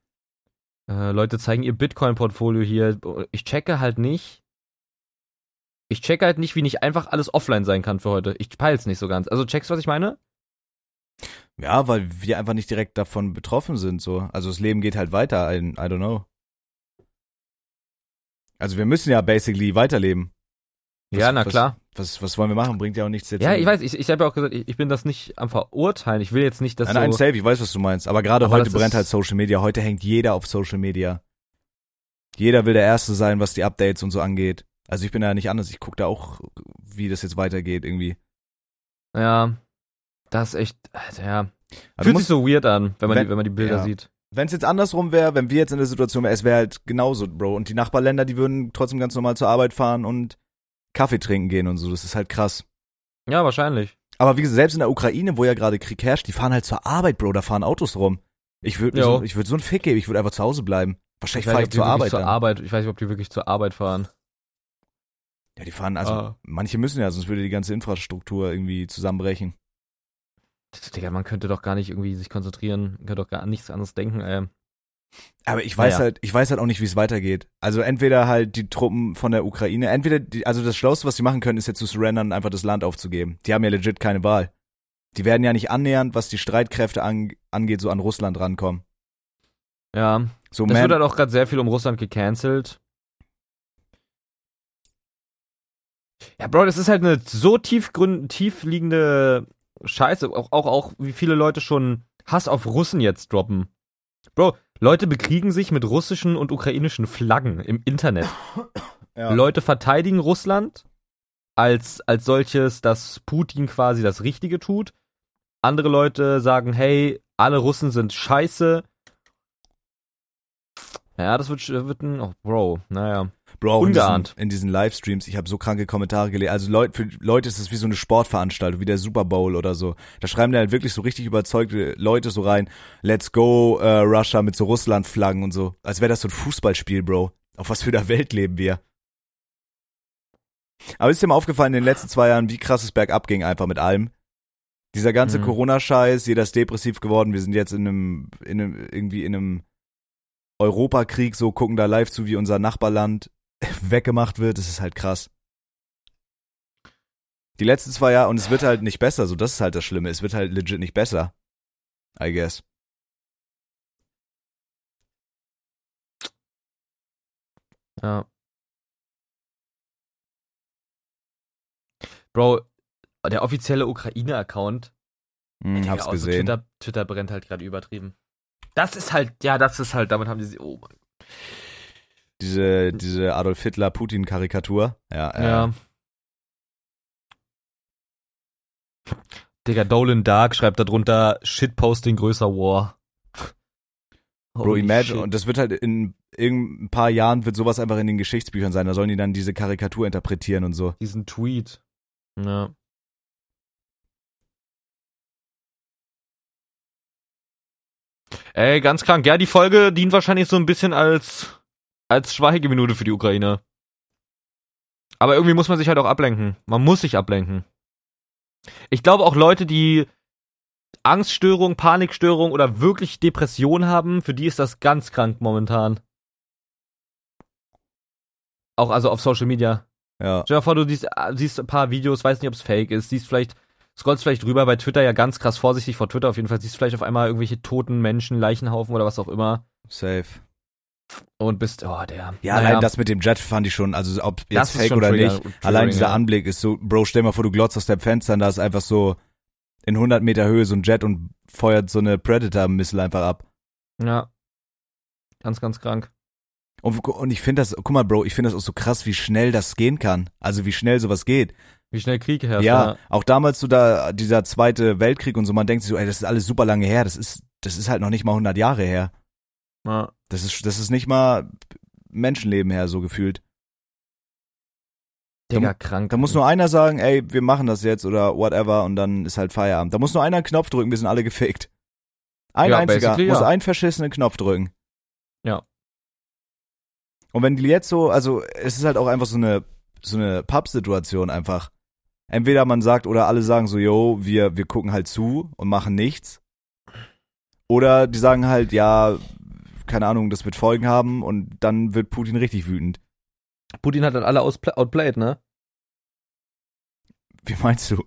Speaker 2: Äh, Leute zeigen ihr Bitcoin-Portfolio hier. Ich checke halt nicht. Ich checke halt nicht, wie nicht einfach alles offline sein kann für heute. Ich peil's nicht so ganz. Also checkst, du, was ich meine?
Speaker 1: Ja, weil wir einfach nicht direkt davon betroffen sind, so. Also das Leben geht halt weiter, I, I don't know. Also wir müssen ja basically weiterleben. Was-
Speaker 2: ja, na
Speaker 1: was-
Speaker 2: klar.
Speaker 1: Was, was wollen wir machen? Bringt ja auch nichts jetzt.
Speaker 2: Ja, ich weiß, ich, ich habe ja auch gesagt, ich, ich bin das nicht am Verurteilen. Ich will jetzt nicht, dass
Speaker 1: Nein, nein,
Speaker 2: so,
Speaker 1: safe, ich weiß, was du meinst. Aber gerade
Speaker 2: Aber
Speaker 1: heute
Speaker 2: das ist-
Speaker 1: brennt halt Social Media. Heute hängt jeder auf Social Media. Jeder will der Erste sein, was die Updates und so angeht. Also ich bin da ja nicht anders. Ich gucke da auch, wie das jetzt weitergeht irgendwie.
Speaker 2: ja, das ist echt, Alter, ja.
Speaker 1: Aber du
Speaker 2: Fühlt
Speaker 1: musst-
Speaker 2: sich so weird an, wenn man,
Speaker 1: Wenn-
Speaker 2: die, wenn man die Bilder
Speaker 1: ja.
Speaker 2: sieht.
Speaker 1: Wenn es jetzt andersrum wäre, wenn wir jetzt in der Situation wären, es wäre halt genauso, Bro. Und die Nachbarländer, die würden trotzdem ganz normal zur Arbeit fahren und Kaffee trinken gehen und so. Das ist halt krass.
Speaker 2: Ja, wahrscheinlich.
Speaker 1: Aber wie gesagt, selbst in der Ukraine, wo ja gerade Krieg herrscht, die fahren halt zur Arbeit, Bro. Da fahren Autos rum. Ich würde
Speaker 2: Jo.
Speaker 1: so, ich würd so einen Fick geben. Ich würde einfach zu Hause bleiben. Wahrscheinlich
Speaker 2: weiß
Speaker 1: fahre
Speaker 2: nicht,
Speaker 1: ich halt
Speaker 2: ob die
Speaker 1: zur Arbeit
Speaker 2: wirklich zur
Speaker 1: dann.
Speaker 2: Arbeit. Ich weiß nicht, ob die wirklich zur Arbeit fahren.
Speaker 1: ja, die fahren, also
Speaker 2: Ah.
Speaker 1: manche müssen ja, sonst würde die ganze Infrastruktur irgendwie zusammenbrechen.
Speaker 2: Digga, man könnte doch gar nicht irgendwie sich konzentrieren, man könnte doch gar an nichts anderes denken, ey.
Speaker 1: Aber ich weiß
Speaker 2: Naja.
Speaker 1: halt, ich weiß halt auch nicht, wie es weitergeht. Also entweder halt die Truppen von der Ukraine, entweder, die, also das Schlauste, was sie machen können, ist jetzt zu surrendern und einfach das Land aufzugeben. Die haben ja legit keine Wahl. Die werden ja nicht annähernd, was die Streitkräfte an, angeht, so an Russland rankommen.
Speaker 2: Ja.
Speaker 1: So,
Speaker 2: Das
Speaker 1: man,
Speaker 2: wird halt auch gerade sehr viel um Russland gecancelt. Ja, Bro, das ist halt eine so tiefgründ, tiefliegende Scheiße. Auch, auch, auch, wie viele Leute schon Hass auf Russen jetzt droppen. Bro, Leute bekriegen sich mit russischen und ukrainischen Flaggen im Internet.
Speaker 1: ja.
Speaker 2: Leute verteidigen Russland als, als solches, dass Putin quasi das Richtige tut. Andere Leute sagen, hey, alle Russen sind scheiße. Ja, das wird, sch- wird ein, oh, Bro, naja.
Speaker 1: Bro, auch in diesen,
Speaker 2: Ungeahnt.
Speaker 1: in diesen Livestreams, ich habe so kranke Kommentare gelesen. Also Leut, für Leute ist es wie so eine Sportveranstaltung, wie der Super Bowl oder so. Da schreiben dann halt wirklich so richtig überzeugte Leute so rein, let's go äh, Russia mit so Russland-Flaggen und so. Als wäre das so ein Fußballspiel, Bro. Auf was für einer Welt leben wir? Aber ist dir mal aufgefallen in den letzten zwei Jahren, wie krass es bergab ging einfach mit allem? Dieser ganze
Speaker 2: Mhm.
Speaker 1: Corona-Scheiß, jeder ist depressiv geworden. Wir sind jetzt in einem, in einem, irgendwie in einem Europakrieg, so gucken da live zu, wie unser Nachbarland weggemacht wird. Das ist halt krass. Die letzten zwei Jahre, und es wird halt nicht besser, so das ist halt das Schlimme. Es wird halt legit nicht besser. I guess.
Speaker 2: Ja. Bro, Der offizielle Ukraine-Account.
Speaker 1: Hm,
Speaker 2: Digga,
Speaker 1: hab's
Speaker 2: außer
Speaker 1: gesehen.
Speaker 2: Twitter, Twitter brennt halt gerade übertrieben. Das ist halt, ja, das ist halt, damit haben die sie, oh mein
Speaker 1: Diese, diese Adolf Hitler-Putin-Karikatur. Ja,
Speaker 2: Gott.
Speaker 1: äh,
Speaker 2: Ja. Digga, Dolan Dark schreibt darunter Shitposting größer War.
Speaker 1: Bro,
Speaker 2: Holy
Speaker 1: imagine,
Speaker 2: shit.
Speaker 1: und das wird halt in irgendein paar Jahren wird sowas einfach in den Geschichtsbüchern sein. Da sollen die dann diese Karikatur interpretieren und so.
Speaker 2: diesen Tweet. Ja. Ey, ganz krank. Ja, die Folge dient wahrscheinlich so ein bisschen als, als Schweigeminute für die Ukraine. Aber irgendwie muss man sich halt auch ablenken. Man muss sich ablenken. Ich glaube auch Leute, die Angststörung, Panikstörung oder wirklich Depression haben, für die ist das ganz krank momentan. Auch also auf Social Media.
Speaker 1: Ja.
Speaker 2: Stell dir mal vor, du siehst, ah, siehst ein paar Videos, weiß nicht, ob es fake ist, siehst vielleicht, scrollst vielleicht drüber, bei Twitter ja ganz krass vorsichtig vor Twitter auf jeden Fall, siehst vielleicht auf einmal irgendwelche toten Menschen, Leichenhaufen oder was auch immer
Speaker 1: Safe.
Speaker 2: und bist, oh, der.
Speaker 1: Ja,
Speaker 2: naja,
Speaker 1: allein das mit dem Jet fand ich schon, also ob
Speaker 2: Das
Speaker 1: jetzt
Speaker 2: ist
Speaker 1: fake
Speaker 2: schon
Speaker 1: oder
Speaker 2: trigger-
Speaker 1: nicht, allein dieser
Speaker 2: triggering,
Speaker 1: Anblick ist so, Bro, stell mal vor, du glotzt aus deinem Fenster und da ist einfach so in 100 Meter Höhe so ein Jet und feuert so eine Predator-Missile einfach ab.
Speaker 2: ja. ja. Ganz, ganz krank.
Speaker 1: Und, und ich finde das, guck mal, Bro, ich finde das auch so krass, wie schnell das gehen kann. Also wie schnell sowas geht.
Speaker 2: Wie schnell Krieg herrscht.
Speaker 1: ja, auch damals so da dieser zweite Weltkrieg und so, man denkt sich so, ey, das ist alles super lange her, das ist das ist halt noch nicht mal 100 Jahre her.
Speaker 2: ja. Ja.
Speaker 1: Das ist das ist nicht mal Menschenleben her so gefühlt.
Speaker 2: Digga,
Speaker 1: mu-
Speaker 2: krank.
Speaker 1: Da muss nur einer sagen, ey, wir machen das jetzt oder whatever und dann ist halt Feierabend. Da muss nur einer einen Knopf drücken, wir sind alle gefickt. Ein
Speaker 2: Ja,
Speaker 1: einziger
Speaker 2: basically,
Speaker 1: muss
Speaker 2: ja.
Speaker 1: einen verschissenen Knopf drücken.
Speaker 2: Ja.
Speaker 1: Und wenn die jetzt so, also es ist halt auch einfach so eine so eine Pub-Situation einfach. Entweder man sagt oder alle sagen so, yo, wir wir gucken halt zu und machen nichts. Oder die sagen halt, ja, keine Ahnung, das wird Folgen haben und dann wird Putin richtig wütend.
Speaker 2: Putin hat dann alle auspla- outplayed, ne?
Speaker 1: Wie meinst du?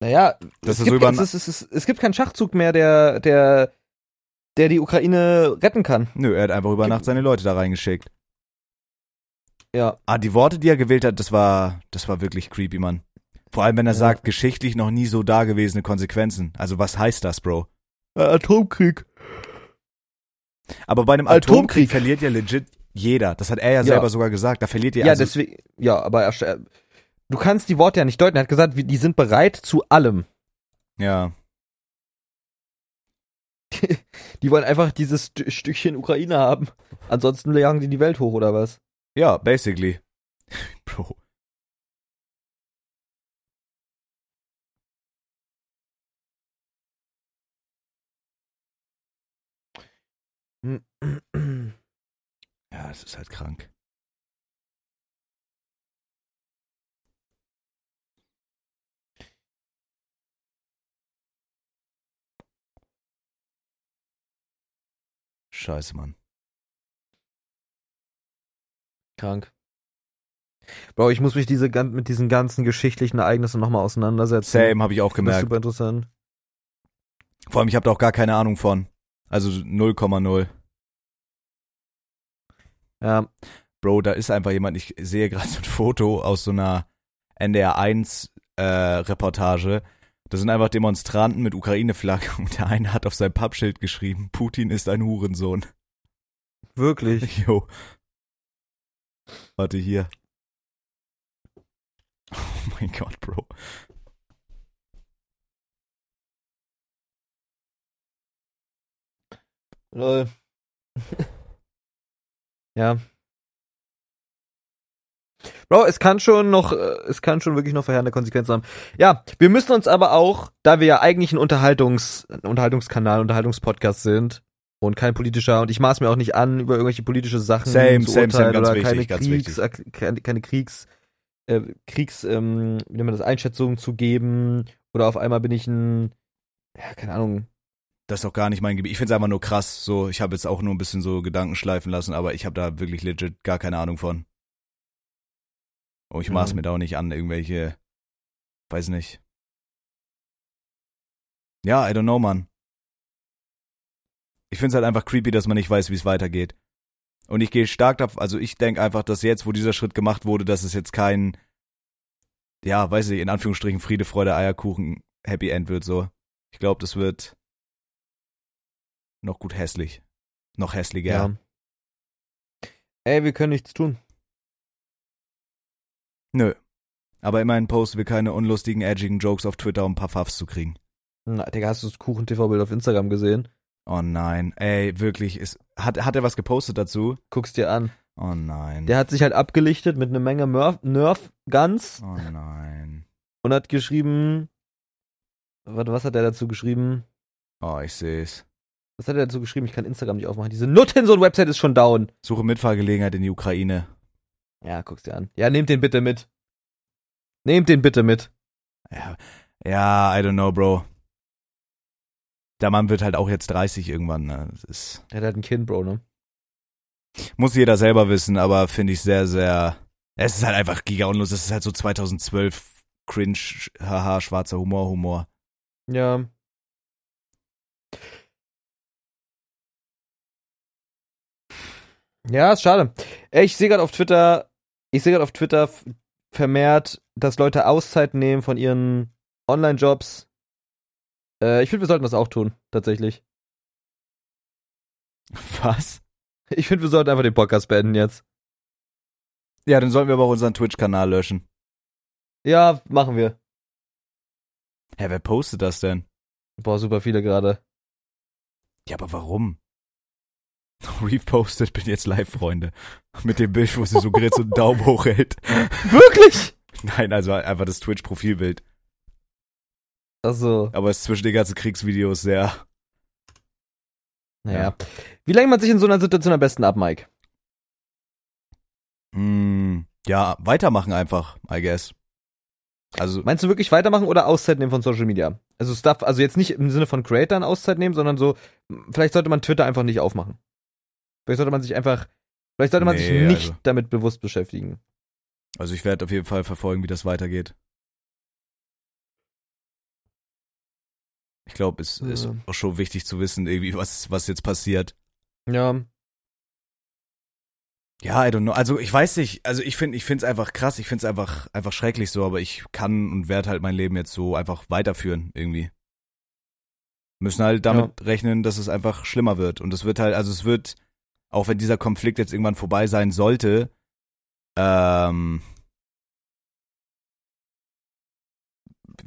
Speaker 2: Naja,
Speaker 1: Dass
Speaker 2: es
Speaker 1: er so
Speaker 2: gibt,
Speaker 1: über-
Speaker 2: es, ist- es, ist- es gibt keinen Schachzug mehr, der, der, der die Ukraine retten kann.
Speaker 1: Nö, er hat einfach über Nacht seine Leute da reingeschickt.
Speaker 2: Ja.
Speaker 1: Ah, die Worte, die er gewählt hat, das war, das war wirklich creepy, Mann. Vor allem, wenn er
Speaker 2: Ja.
Speaker 1: sagt, geschichtlich noch nie so dagewesene Konsequenzen. Also was heißt das, Bro?
Speaker 2: Äh, Atomkrieg.
Speaker 1: Aber bei einem
Speaker 2: Atomkrieg.
Speaker 1: Atomkrieg verliert ja legit jeder. Das hat er ja, selber sogar gesagt. Da verliert ihr
Speaker 2: Ja,
Speaker 1: also,
Speaker 2: deswegen, ja, aber er, sch- du kannst die Worte ja nicht deuten. Er hat gesagt, wir- die sind bereit zu allem.
Speaker 1: ja.
Speaker 2: Die wollen einfach dieses St- Stückchen Ukraine haben. Ansonsten jagen die die Welt hoch, oder was?
Speaker 1: Ja, basically. Bro. Ja, das ist halt krank. Scheiße, Mann.
Speaker 2: Krank. Bro, ich muss mich diese, gan- mit diesen ganzen geschichtlichen Ereignissen nochmal auseinandersetzen.
Speaker 1: Same, habe ich auch
Speaker 2: Das ist
Speaker 1: gemerkt.
Speaker 2: super interessant.
Speaker 1: Vor allem, ich habe da auch gar keine Ahnung von. Also 0,0.
Speaker 2: Ja,
Speaker 1: Bro, da ist einfach jemand, ich sehe gerade so ein Foto aus so einer NDR1-Reportage. äh, da sind einfach Demonstranten mit Ukraine-Flagge und der eine hat auf sein Pappschild geschrieben, Putin ist ein Hurensohn.
Speaker 2: wirklich.
Speaker 1: Jo. Warte hier. Oh mein Gott, Bro.
Speaker 2: Lol. ja. Bro, es kann schon noch, äh, es kann schon wirklich noch verheerende Konsequenzen haben. Ja, wir müssen uns aber auch, da wir ja eigentlich ein Unterhaltungs, ein Unterhaltungskanal, Unterhaltungspodcast sind und kein politischer, und ich maß mir auch nicht an, über irgendwelche politische Sachen
Speaker 1: Same,
Speaker 2: zu
Speaker 1: same, same,
Speaker 2: urteilen
Speaker 1: ganz
Speaker 2: oder
Speaker 1: wichtig,
Speaker 2: keine
Speaker 1: ganz
Speaker 2: Kriegs, äh, keine, keine Kriegs, äh, Kriegs, ähm, wie nennt man das, Einschätzungen zu geben oder auf einmal bin ich ein, ja, keine Ahnung,
Speaker 1: Das ist auch gar nicht mein Gebiet. Ich find's einfach nur krass. So, ich habe jetzt auch nur ein bisschen so Gedanken schleifen lassen, aber ich habe da wirklich legit gar keine Ahnung von. Und ich maß
Speaker 2: Mhm.
Speaker 1: mir da auch nicht an, irgendwelche, weiß nicht. Ja, I don't know, Mann. Ich find's halt einfach creepy, dass man nicht weiß, wie es weitergeht. Und ich gehe stark davon, also ich denk einfach, dass jetzt, wo dieser Schritt gemacht wurde, dass es jetzt kein ja, weiß ich, in Anführungsstrichen Friede, Freude, Eierkuchen, Happy End wird so. Ich glaube, das wird noch gut hässlich. Noch hässlicher.
Speaker 2: Ja. Ey, wir können nichts tun.
Speaker 1: Nö. Aber immerhin posten wir keine unlustigen, edgigen Jokes auf Twitter, um ein paar Pfaffs zu kriegen.
Speaker 2: Na, Digga, hast du das Kuchen-TV-Bild auf Instagram gesehen?
Speaker 1: Oh nein, ey, wirklich, ist, hat, hat er was gepostet dazu?
Speaker 2: Guck's dir an.
Speaker 1: Oh nein.
Speaker 2: Der hat sich halt abgelichtet mit einer Menge Nerf- Nerf-Guns
Speaker 1: oh nein.
Speaker 2: und hat geschrieben. Warte, was hat er dazu geschrieben?
Speaker 1: Oh, ich seh's.
Speaker 2: Was hat er dazu geschrieben? Ich kann Instagram nicht aufmachen. Diese Nuttinson-Website ist schon down.
Speaker 1: Suche Mitfahrgelegenheit in die Ukraine.
Speaker 2: Ja, guck's dir an. Ja, nehmt den bitte mit. Nehmt den bitte mit.
Speaker 1: Ja, ja, I don't know, Bro. Der Mann wird halt auch jetzt 30 irgendwann. Ne? Das ist,
Speaker 2: Der hat halt ein Kind, Bro, ne?
Speaker 1: muss jeder selber wissen, aber finde ich sehr, sehr. Es ist halt einfach giga unlos. Es ist halt so 2012 cringe, sch- haha, schwarzer Humor, Humor.
Speaker 2: Ja. Ja, ist schade. Ey, Ich sehe gerade auf Twitter, ich sehe gerade auf Twitter f- vermehrt, dass Leute Auszeit nehmen von ihren Online-Jobs. Äh, ich finde, wir sollten das auch tun, tatsächlich.
Speaker 1: Was?
Speaker 2: Ich finde, wir sollten einfach den Podcast beenden jetzt.
Speaker 1: Ja, dann sollten wir aber auch unseren Twitch-Kanal löschen.
Speaker 2: Ja, machen wir.
Speaker 1: Hä, wer postet das denn?
Speaker 2: Boah, super viele gerade.
Speaker 1: Ja, aber warum? Repostet, bin jetzt live, Freunde. Mit dem Bild, wo sie so grillt und einen Daumen hochhält.
Speaker 2: Wirklich?
Speaker 1: Nein, also einfach das Twitch-Profilbild.
Speaker 2: Achso,
Speaker 1: Aber es ist zwischen den ganzen Kriegsvideos sehr.
Speaker 2: naja. Wie lenkt man sich in so einer Situation am besten ab, Mike?
Speaker 1: Mm, ja, weitermachen einfach, I guess. Also,
Speaker 2: Meinst du wirklich weitermachen oder Auszeit nehmen von Social Media? Also Stuff, also jetzt nicht im Sinne von Creatern Auszeit nehmen, sondern so, m, vielleicht sollte man Twitter einfach nicht aufmachen. Vielleicht sollte man sich einfach, vielleicht sollte man sich
Speaker 1: Nee,
Speaker 2: nicht
Speaker 1: also-
Speaker 2: damit bewusst beschäftigen.
Speaker 1: also ich werde auf jeden Fall verfolgen, wie das weitergeht. Ich glaube, es ist
Speaker 2: Ja.
Speaker 1: auch schon wichtig zu wissen, irgendwie, was, was jetzt passiert.
Speaker 2: Ja,
Speaker 1: Ja, I don't know. Also ich weiß nicht, also ich finde ich find's einfach krass, ich find's einfach einfach schrecklich so, aber ich kann und werde halt mein Leben jetzt so einfach weiterführen irgendwie. Müssen halt damit rechnen, dass es einfach schlimmer wird und es wird halt also es wird auch wenn dieser Konflikt jetzt irgendwann vorbei sein sollte, ähm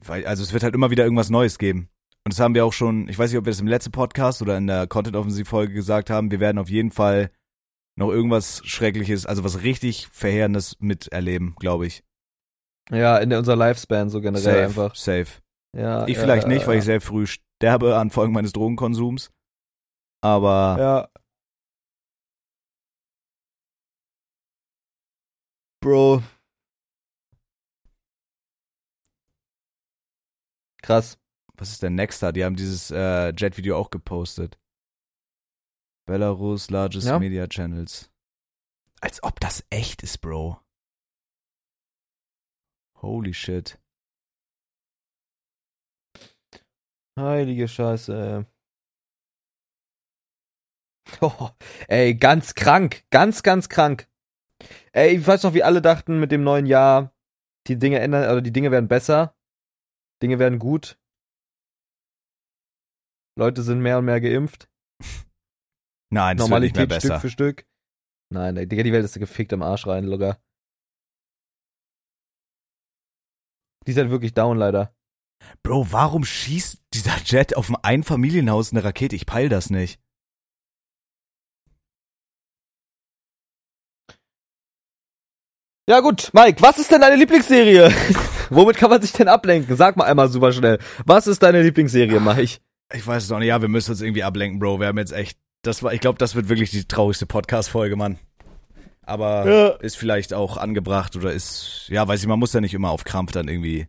Speaker 1: weil, also es wird halt immer wieder irgendwas Neues geben. Und das haben wir auch schon, ich weiß nicht, ob wir das im letzten Podcast oder in der Content-Offensiv-Folge gesagt haben, wir werden auf jeden Fall noch irgendwas Schreckliches, also was richtig Verheerendes miterleben, glaube ich.
Speaker 2: ja, in der, unserer Lifespan so generell
Speaker 1: safe,
Speaker 2: einfach. Ah,
Speaker 1: safe.
Speaker 2: Ja,
Speaker 1: Ich
Speaker 2: ja,
Speaker 1: vielleicht
Speaker 2: ja,
Speaker 1: nicht, weil ich
Speaker 2: ja.
Speaker 1: sehr früh sterbe an Folgen meines Drogenkonsums. Aber
Speaker 2: Ja. Bro. Krass.
Speaker 1: was ist denn Nexter? Die haben dieses äh, Jet-Video auch gepostet. Belarus Largest
Speaker 2: Ja.
Speaker 1: Media Channels. Als ob das echt ist, Bro. Holy shit.
Speaker 2: Heilige Scheiße. ey. Oh, ey, ganz krank. Ganz, ganz krank. Ey, ich weiß noch, wie alle dachten mit dem neuen Jahr, die Dinge ändern, oder die Dinge werden besser. Dinge werden gut. Leute sind mehr und mehr geimpft.
Speaker 1: Nein, das wird nicht mehr
Speaker 2: Normalität Stück
Speaker 1: besser.
Speaker 2: für Stück. Nein, ey, Digga, die Welt ist gefickt am Arsch rein, Logger. Die ist halt wirklich down, leider.
Speaker 1: Bro, warum schießt dieser Jet auf ein Einfamilienhaus eine Rakete? Ich peil das nicht.
Speaker 2: Ja gut, Mike, was ist denn deine Lieblingsserie? Womit kann man sich denn ablenken? Sag mal einmal super schnell. Was ist deine Lieblingsserie, Mike?
Speaker 1: Ich weiß es auch nicht. Ja, wir müssen uns irgendwie ablenken, Bro. Wir haben jetzt echt. Das war, ich glaube, das wird wirklich die traurigste Podcast-Folge, Mann. Aber
Speaker 2: Ja.
Speaker 1: ist vielleicht auch angebracht oder ist. Ja, weiß ich, man muss ja nicht immer auf Krampf dann irgendwie.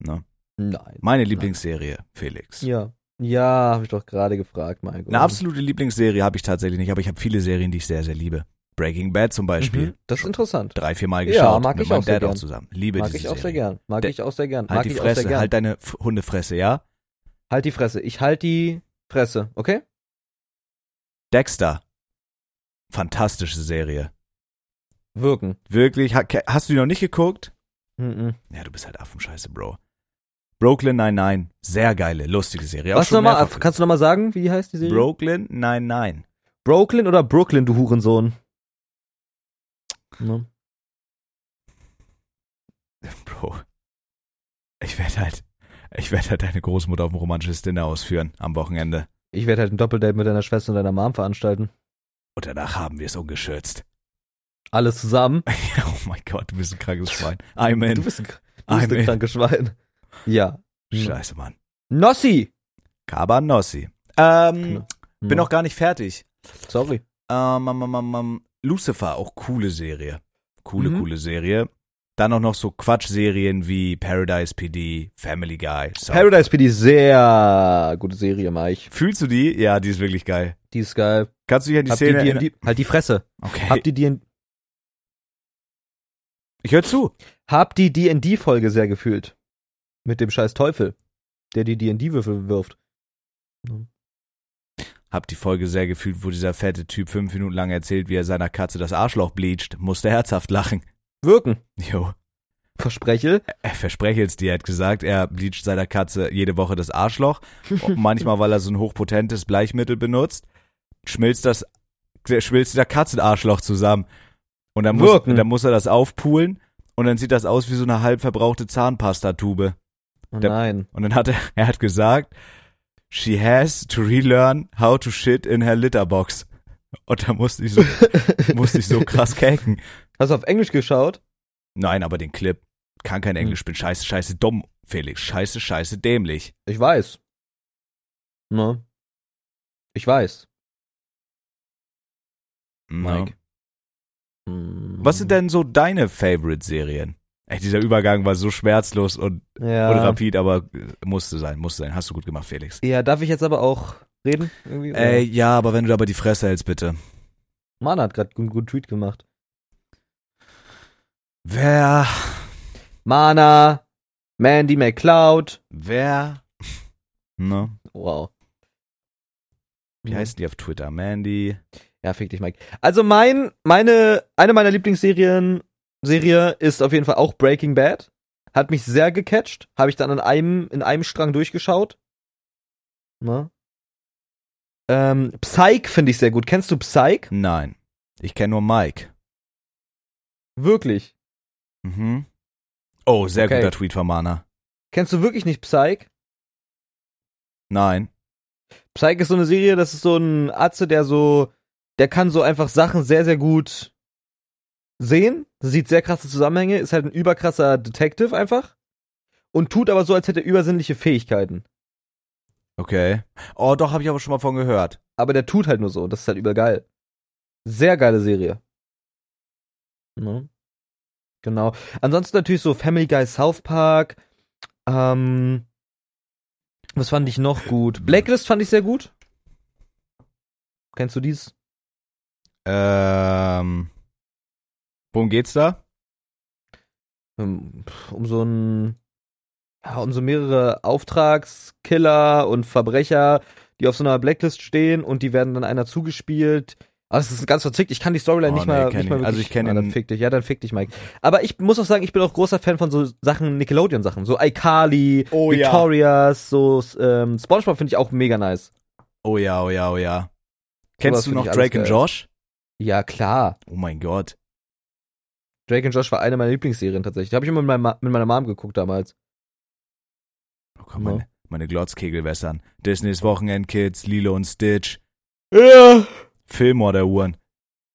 Speaker 1: Ne?
Speaker 2: Nein.
Speaker 1: Meine Lieblingsserie, Felix.
Speaker 2: Ja. Ja, habe ich doch gerade gefragt, Mike.
Speaker 1: Eine absolute Lieblingsserie habe ich tatsächlich nicht, aber ich habe viele Serien, die ich sehr, sehr liebe. Breaking Bad zum Beispiel.
Speaker 2: Mhm. Das ist interessant.
Speaker 1: Drei, vier Mal
Speaker 2: Ja,
Speaker 1: geschaut.
Speaker 2: mag
Speaker 1: mit
Speaker 2: ich
Speaker 1: meinem
Speaker 2: auch sehr
Speaker 1: Dad auch
Speaker 2: gern.
Speaker 1: zusammen. Liebe
Speaker 2: Mag
Speaker 1: diese
Speaker 2: ich auch
Speaker 1: Serie.
Speaker 2: sehr gern. Mag
Speaker 1: Der-
Speaker 2: ich auch sehr gern.
Speaker 1: Halt
Speaker 2: Mag
Speaker 1: die
Speaker 2: ich auch sehr
Speaker 1: Fresse,
Speaker 2: gern.
Speaker 1: halt deine F Hundefresse, ja?
Speaker 2: halt die Fresse. Ich halt die Fresse, okay?
Speaker 1: Dexter. Fantastische Serie.
Speaker 2: Wirken.
Speaker 1: Wirklich? Ha- ke- Hast du die noch nicht geguckt?
Speaker 2: Mhm.
Speaker 1: Ja, du bist halt Affenscheiße, Bro. Brooklyn 99, sehr geile, lustige Serie. Auch
Speaker 2: Was
Speaker 1: schon
Speaker 2: nochmal?
Speaker 1: mehrfach-
Speaker 2: Kannst du nochmal sagen, wie heißt die Serie?
Speaker 1: Brooklyn 99.
Speaker 2: Brooklyn oder Brooklyn, du Hurensohn? Ne?
Speaker 1: Bro, ich werde halt, ich werde halt deine Großmutter auf ein romantisches Dinner ausführen am Wochenende.
Speaker 2: Ich werde halt ein Doppeldate mit deiner Schwester und deiner Mom veranstalten.
Speaker 1: Und danach haben wir es ungeschützt.
Speaker 2: Alles zusammen.
Speaker 1: oh mein Gott, du bist ein krankes Schwein. I'm
Speaker 2: Du
Speaker 1: in.
Speaker 2: bist ein, du bist
Speaker 1: I'm
Speaker 2: ein
Speaker 1: in.
Speaker 2: krankes Schwein. Ja.
Speaker 1: Scheiße, Mann.
Speaker 2: Nossi!
Speaker 1: Cabanossi. Ähm, bin
Speaker 2: Ja,
Speaker 1: noch gar nicht fertig.
Speaker 2: Sorry.
Speaker 1: Ähm, ähm, ähm, ähm, ähm, Lucifer, auch coole Serie. Coole,
Speaker 2: Mhm.
Speaker 1: coole Serie. Dann auch noch so Quatschserien wie Paradise PD, Family Guy. South-
Speaker 2: Paradise PD, sehr gute Serie, Mike.
Speaker 1: Fühlst du die? Ja, die ist wirklich geil.
Speaker 2: Die ist geil.
Speaker 1: Kannst du dich an die
Speaker 2: Habt
Speaker 1: Szene
Speaker 2: ihr
Speaker 1: erinnern?
Speaker 2: D&D? Halt die Fresse.
Speaker 1: Okay.
Speaker 2: Habt ihr D&D?
Speaker 1: ich höre zu.
Speaker 2: Hab die D&D-Folge sehr gefühlt. Mit dem scheiß Teufel, der die D&D-Würfel wirft.
Speaker 1: Hab die Folge sehr gefühlt, wo dieser fette Typ fünf Minuten lang erzählt, wie er seiner Katze das Arschloch bleicht. Musste herzhaft lachen.
Speaker 2: Wirken.
Speaker 1: Jo.
Speaker 2: Verspreche.
Speaker 1: Er verspreche es dir, er hat gesagt, er bleicht seiner Katze jede Woche das Arschloch. Und manchmal, weil er so ein hochpotentes Bleichmittel benutzt, schmilzt das, schmilzt der Katzenarschloch zusammen. Und dann muss,
Speaker 2: Wirken.
Speaker 1: dann muss er das aufpulen und dann sieht das aus wie so eine halb verbrauchte Zahnpastatube.
Speaker 2: Oh
Speaker 1: Der-
Speaker 2: nein.
Speaker 1: Und dann hat er, er hat gesagt, she has to relearn how to shit in her litterbox. Und da musste ich so, musste ich so krass kacken.
Speaker 2: Hast du auf Englisch geschaut?
Speaker 1: Nein, aber den Clip kann kein Englisch, bin scheiße, scheiße dumm, Felix, scheiße, scheiße dämlich.
Speaker 2: Ich weiß. Ne? Ich weiß,
Speaker 1: Ja. Mhm.
Speaker 2: Mike. Hm.
Speaker 1: Was sind denn so deine Favorite-Serien? Ey, dieser Übergang war so schmerzlos und, und
Speaker 2: Ja.
Speaker 1: rapid, aber äh, musste sein, musste sein. Hast du gut gemacht, Felix.
Speaker 2: ja, darf ich jetzt aber auch reden? Irgendwie?
Speaker 1: Ey, Äh, ja, aber wenn du dabei die Fresse hältst, bitte.
Speaker 2: Mana hat gerade einen guten Tweet gemacht.
Speaker 1: Wer,
Speaker 2: Mana, Mandy McCloud.
Speaker 1: wer, ne?
Speaker 2: Wow.
Speaker 1: Wie heißen die auf Twitter? Mandy.
Speaker 2: Ja, fick dich, Mike. Also mein, meine, eine meiner Lieblingsserien, Serie ist auf jeden Fall auch Breaking Bad. Hat mich sehr gecatcht. Habe ich dann in einem, in einem Strang durchgeschaut. Ne? Ähm, Psych finde ich sehr gut. Kennst du Psych?
Speaker 1: Nein. Ich kenne nur Mike.
Speaker 2: Wirklich.
Speaker 1: Mhm. Oh, sehr
Speaker 2: Okay.
Speaker 1: guter Tweet von Mana.
Speaker 2: Kennst du wirklich nicht Psych?
Speaker 1: Nein.
Speaker 2: Psych ist so eine Serie, das ist so ein Atze, der so, der kann so einfach Sachen sehr, sehr gut sehen, sieht sehr krasse Zusammenhänge, ist halt ein überkrasser Detective einfach und tut aber so, als hätte er übersinnliche Fähigkeiten.
Speaker 1: Okay. Oh, doch, habe ich aber schon mal von gehört.
Speaker 2: Aber der tut halt nur so, das ist halt übergeil. Sehr geile Serie. Ne? Genau. Ansonsten natürlich so Family Guy South Park. Ähm, was fand ich noch gut? Blacklist fand ich sehr gut. Kennst du dies?
Speaker 1: Ähm. Worum geht's da?
Speaker 2: ähm, pf, um so ein ja, um so mehrere Auftragskiller und Verbrecher, die auf so einer Blacklist stehen und die werden dann einer zugespielt. Aber es ist ganz verzickt. Ich kann die Storyline
Speaker 1: Oh,
Speaker 2: nicht
Speaker 1: nee,
Speaker 2: mal,
Speaker 1: kenn
Speaker 2: nicht mal
Speaker 1: ich.
Speaker 2: wirklich.
Speaker 1: Also ich kenn
Speaker 2: ah, dann
Speaker 1: ihn-
Speaker 2: fick dich. Ja, dann fick dich, Mike. Aber ich muss auch sagen, ich bin auch großer Fan von so Sachen Nickelodeon Sachen, so iCarly,
Speaker 1: Oh ja.
Speaker 2: Victorias, so ähm, SpongeBob finde ich auch mega nice.
Speaker 1: Oh ja, oh ja, oh ja. Kennst du
Speaker 2: find
Speaker 1: noch
Speaker 2: ich alles
Speaker 1: Drake und
Speaker 2: geil.
Speaker 1: Josh?
Speaker 2: Ja, klar.
Speaker 1: Oh mein Gott.
Speaker 2: Drake und Josh war eine meiner Lieblingsserien tatsächlich. Habe ich immer mit, meinem Ma- mit meiner Mom geguckt damals.
Speaker 1: Oh, komm,
Speaker 2: Ja.
Speaker 1: meine, meine Glotzkegel wässern. Disneys Wochenendkids, Lilo und Stitch.
Speaker 2: Ja.
Speaker 1: Fillmore der Uhren.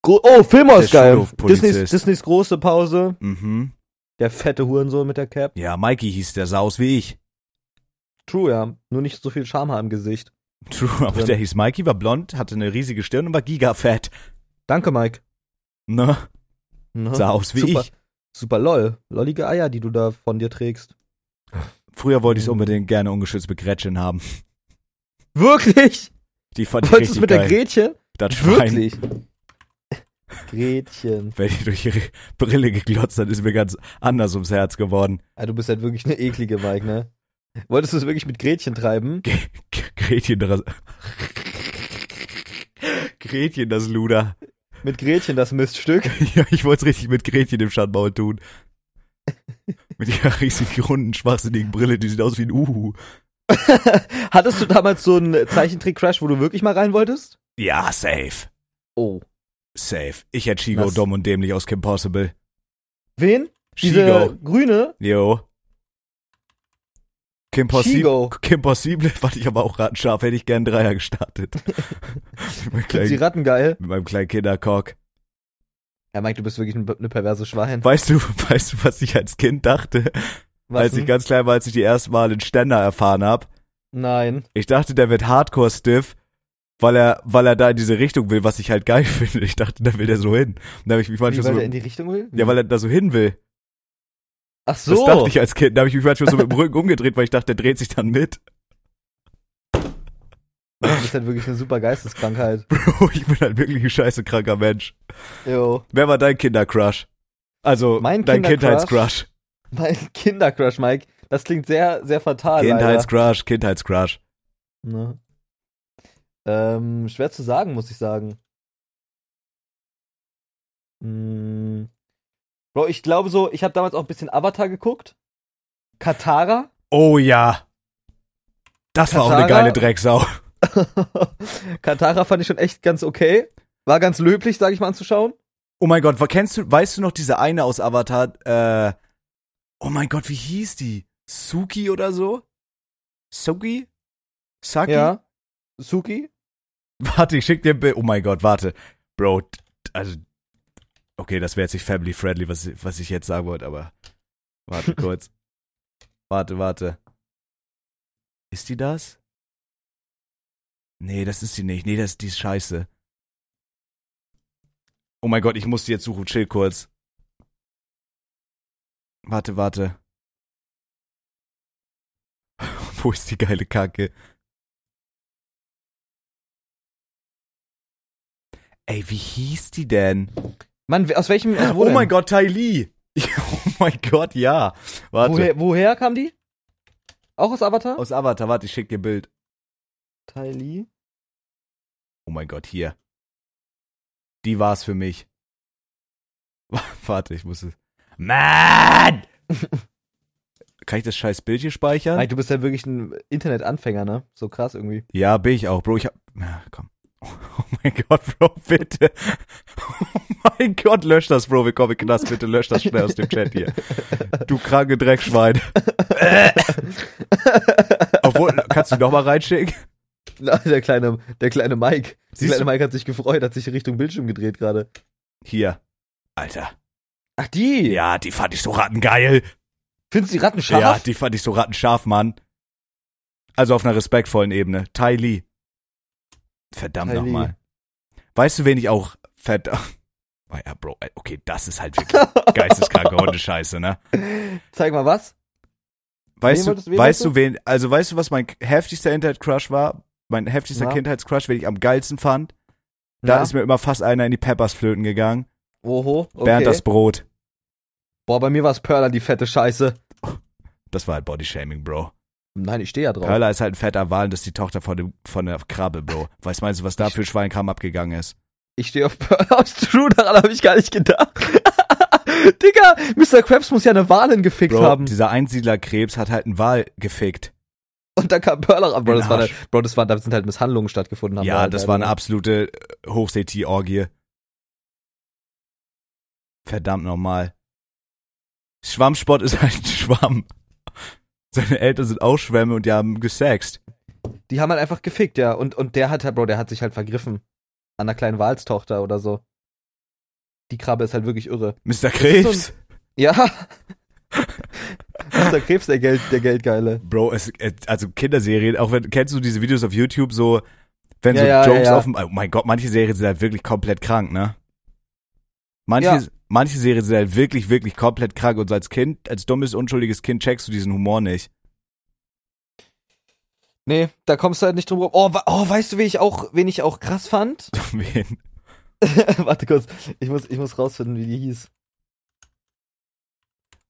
Speaker 2: Gro oh, Fillmore
Speaker 1: Der
Speaker 2: ist geil.
Speaker 1: Schulhofpolizist.
Speaker 2: Disneys, Disneys große Pause.
Speaker 1: Mhm.
Speaker 2: Der fette Hurensohn mit der Cap.
Speaker 1: Ja, Mikey hieß der Saus wie ich.
Speaker 2: True, ja. Nur nicht so viel Schamhaar im Gesicht.
Speaker 1: True, aber
Speaker 2: Drin.
Speaker 1: der hieß Mikey, war blond, hatte eine riesige Stirn und war gigafett.
Speaker 2: Danke, Mike.
Speaker 1: Ne?
Speaker 2: Ne?
Speaker 1: Sah aus wie
Speaker 2: Super.
Speaker 1: ich.
Speaker 2: Super lol. Lollige Eier, die du da von dir trägst.
Speaker 1: Früher wollte
Speaker 2: Mhm.
Speaker 1: ich es unbedingt gerne ungeschützt begrätschen haben.
Speaker 2: Wirklich?
Speaker 1: Die fand ich
Speaker 2: Wolltest du
Speaker 1: richtig
Speaker 2: es mit
Speaker 1: geil.
Speaker 2: der Gretchen?
Speaker 1: das Schwein,
Speaker 2: Wirklich. Gretchen.
Speaker 1: wenn ich durch ihre Brille geglotzt hat, ist mir ganz anders ums Herz geworden.
Speaker 2: Ah, du bist halt wirklich eine eklige Mike, ne? Wolltest du es wirklich mit Gretchen treiben?
Speaker 1: G- G- Gretchen das Gretchen das Luder.
Speaker 2: Mit Gretchen das Miststück?
Speaker 1: Ja, ich wollte es richtig mit Gretchen im Schandmaul tun. Mit ihrer riesig runden, schwachsinnigen Brille, die sieht aus wie ein Uhu.
Speaker 2: Hattest du damals so einen Zeichentrick-Crash, wo du wirklich mal rein wolltest?
Speaker 1: Ja, safe.
Speaker 2: Oh.
Speaker 1: Safe. Ich hätte Shigo
Speaker 2: Was?
Speaker 1: dumm und dämlich aus Kim Possible.
Speaker 2: Wen? Diese
Speaker 1: Shigo.
Speaker 2: grüne?
Speaker 1: Jo. Kim Possible.
Speaker 2: Shigo.
Speaker 1: Kim Possible fand ich aber auch rattenscharf. Hätte ich gern Dreier gestartet. mit, meinem
Speaker 2: Die
Speaker 1: kleinen,
Speaker 2: Rattengeil.
Speaker 1: mit meinem kleinen Kinderkork.
Speaker 2: Ja, Mike, du bist wirklich ein- eine perverse Schwein.
Speaker 1: Weißt du, weißt du, was ich als Kind dachte?
Speaker 2: Was
Speaker 1: als
Speaker 2: denn?
Speaker 1: ich ganz klein war, als ich die erste Mal den Ständer erfahren hab.
Speaker 2: Nein.
Speaker 1: Ich dachte, der wird hardcore stiff, weil er, weil er da in diese Richtung will, was ich halt geil finde. Ich dachte, da will der so hin. Und da habe ich mich
Speaker 2: Wie,
Speaker 1: manchmal
Speaker 2: weil
Speaker 1: so.
Speaker 2: der in die Richtung will?
Speaker 1: ja, weil er da so hin will.
Speaker 2: Ach
Speaker 1: Das
Speaker 2: so.
Speaker 1: dachte ich als Kind. Da habe ich mich manchmal so mit dem Rücken umgedreht, weil ich dachte, der dreht sich dann mit.
Speaker 2: Das ist halt wirklich eine super Geisteskrankheit.
Speaker 1: Bro, ich bin halt wirklich ein scheiße kranker Mensch.
Speaker 2: Yo.
Speaker 1: Wer war dein Kindercrush? Also,
Speaker 2: Mein
Speaker 1: dein
Speaker 2: Kindercrush?
Speaker 1: Kindheitscrush.
Speaker 2: Mein Kindercrush, Mike. Das klingt sehr, sehr fatal. Ah, leider.
Speaker 1: Kindheitscrush, Kindheitscrush.
Speaker 2: Ne. Ähm, schwer zu sagen, muss ich sagen. Mm. Bro, ich glaube so, ich habe damals auch ein bisschen Avatar geguckt. Katara.
Speaker 1: Oh ja. Das war auch eine
Speaker 2: Katara?
Speaker 1: geile Drecksau.
Speaker 2: Katara fand ich schon echt ganz okay. War ganz löblich, sag ich mal, anzuschauen.
Speaker 1: Oh mein Gott, kennst du, weißt du noch diese eine aus Avatar? Äh, oh mein Gott, wie hieß die? Suki oder so? Suki? Saki?
Speaker 2: Ja. Suki?
Speaker 1: Warte, ich schick dir ein Bild. Oh mein Gott, warte. Bro, t- also. Okay, das wäre jetzt nicht family friendly, was, was ich jetzt sagen wollte, aber. Warte kurz. warte, warte. Ist die das? Nee, das ist die nicht. Nee, das, die ist scheiße. Oh mein Gott, ich muss die jetzt suchen. Chill kurz. Warte, warte. Wo ist die geile Kacke? Ey, wie hieß die denn?
Speaker 2: Mann, wer- aus welchem. Aus wo
Speaker 1: Oh
Speaker 2: denn?
Speaker 1: mein Gott, Ty Lee. Ja, Oh mein Gott, ja. Warte.
Speaker 2: Woher, woher kam die? Auch aus Avatar?
Speaker 1: Aus Avatar, warte, ich schick dir ein Bild.
Speaker 2: Tai Li.
Speaker 1: Oh mein Gott, hier. Die war's für mich. W- Warte, ich muss es. Mann! Kann ich das scheiß Bild hier speichern?
Speaker 2: Mike, du bist ja wirklich ein Internetanfänger, ne? So krass irgendwie.
Speaker 1: Ja, bin ich auch, Bro. Ich hab. Na, komm. Oh mein Gott, Bro, bitte. Oh mein Gott, lösch das, Bro. Wir kommen in den Knast. Bitte lösch das schnell aus dem Chat hier. Du kranke Dreckschwein. Obwohl, kannst du noch mal reinschicken?
Speaker 2: Na, der kleine, der kleine Mike. Der
Speaker 1: Siehst
Speaker 2: kleine
Speaker 1: du-
Speaker 2: Mike hat sich gefreut, hat sich Richtung Bildschirm gedreht gerade.
Speaker 1: Hier. Alter.
Speaker 2: Ach, die?
Speaker 1: Ja, die fand ich so rattengeil.
Speaker 2: Findest du die Ratten scharf?
Speaker 1: Ja, die fand ich so rattenscharf, Mann. Also auf einer respektvollen Ebene. Ty Lee. Verdammt
Speaker 2: Ty Lee.
Speaker 1: nochmal. Weißt du, wen ich auch verdammt. Oh ja, Bro, ey, okay, das ist halt wirklich geisteskranke Hundescheiße, ne?
Speaker 2: Zeig mal was.
Speaker 1: Weißt
Speaker 2: Wen
Speaker 1: du,
Speaker 2: wolltest- wen
Speaker 1: weißt du,
Speaker 2: wolltest
Speaker 1: wen, also weißt du, was mein heftigster Kindheitscrush war? Mein heftigster
Speaker 2: Na?
Speaker 1: Kindheitscrush, den ich am geilsten fand? Da
Speaker 2: Na?
Speaker 1: ist mir immer fast einer in die Peppers flöten gegangen.
Speaker 2: Oho, okay.
Speaker 1: Bernd das Brot.
Speaker 2: Boah, bei mir war es Perla, die fette Scheiße.
Speaker 1: Das war halt Bodyshaming, Bro.
Speaker 2: Nein, ich stehe ja drauf.
Speaker 1: Perla ist halt ein fetter Wal, und das ist die Tochter von, dem, von der Krabbe, Bro. Weißt meinst du, was da für Schweinkram abgegangen ist?
Speaker 2: Ich stehe auf Perla aus True, daran habe ich gar nicht gedacht. Digga, Mr. Krabs muss ja eine Walen gefickt
Speaker 1: Bro,
Speaker 2: haben.
Speaker 1: dieser Einsiedlerkrebs hat halt einen Wal gefickt.
Speaker 2: Und da kam Perla ran. Bro,
Speaker 1: Den
Speaker 2: das war, eine,
Speaker 1: Arsch.
Speaker 2: Bro, das war, da sind halt Misshandlungen stattgefunden. haben wir
Speaker 1: Genau. ja,
Speaker 2: halt
Speaker 1: das
Speaker 2: leider.
Speaker 1: war eine absolute äh, Hochseetie-Orgie. Verdammt nochmal. Schwammsport ist halt ein Schwamm. Seine Eltern sind auch Schwämme und die haben gesext.
Speaker 2: Die haben halt einfach gefickt, ja. Und, und der hat, halt- Bro, der hat sich halt vergriffen. An einer kleinen Walstochter oder so. Die Krabbe ist halt wirklich irre.
Speaker 1: Mr.
Speaker 2: ist so
Speaker 1: Krebs.
Speaker 2: Ja. Mr. Krebs, der, Geld, der Geldgeile.
Speaker 1: Bro, es, äh, also Kinderserien, auch wenn, kennst du diese Videos auf YouTube so, wenn
Speaker 2: Ja,
Speaker 1: so
Speaker 2: ja,
Speaker 1: Jokes
Speaker 2: ja, ja.
Speaker 1: auf dem, oh mein Gott, manche Serien sind halt wirklich komplett krank, ne? Manche,
Speaker 2: Ja.
Speaker 1: manche Serien sind halt wirklich, wirklich komplett krank und so als Kind, als dummes, unschuldiges Kind checkst du diesen Humor nicht.
Speaker 2: Nee, da kommst du halt nicht drum rum. Oh, wa- oh weißt du, wen ich auch, wen ich auch krass fand?
Speaker 1: Wen?
Speaker 2: Warte kurz, ich muss, ich muss rausfinden, wie die hieß.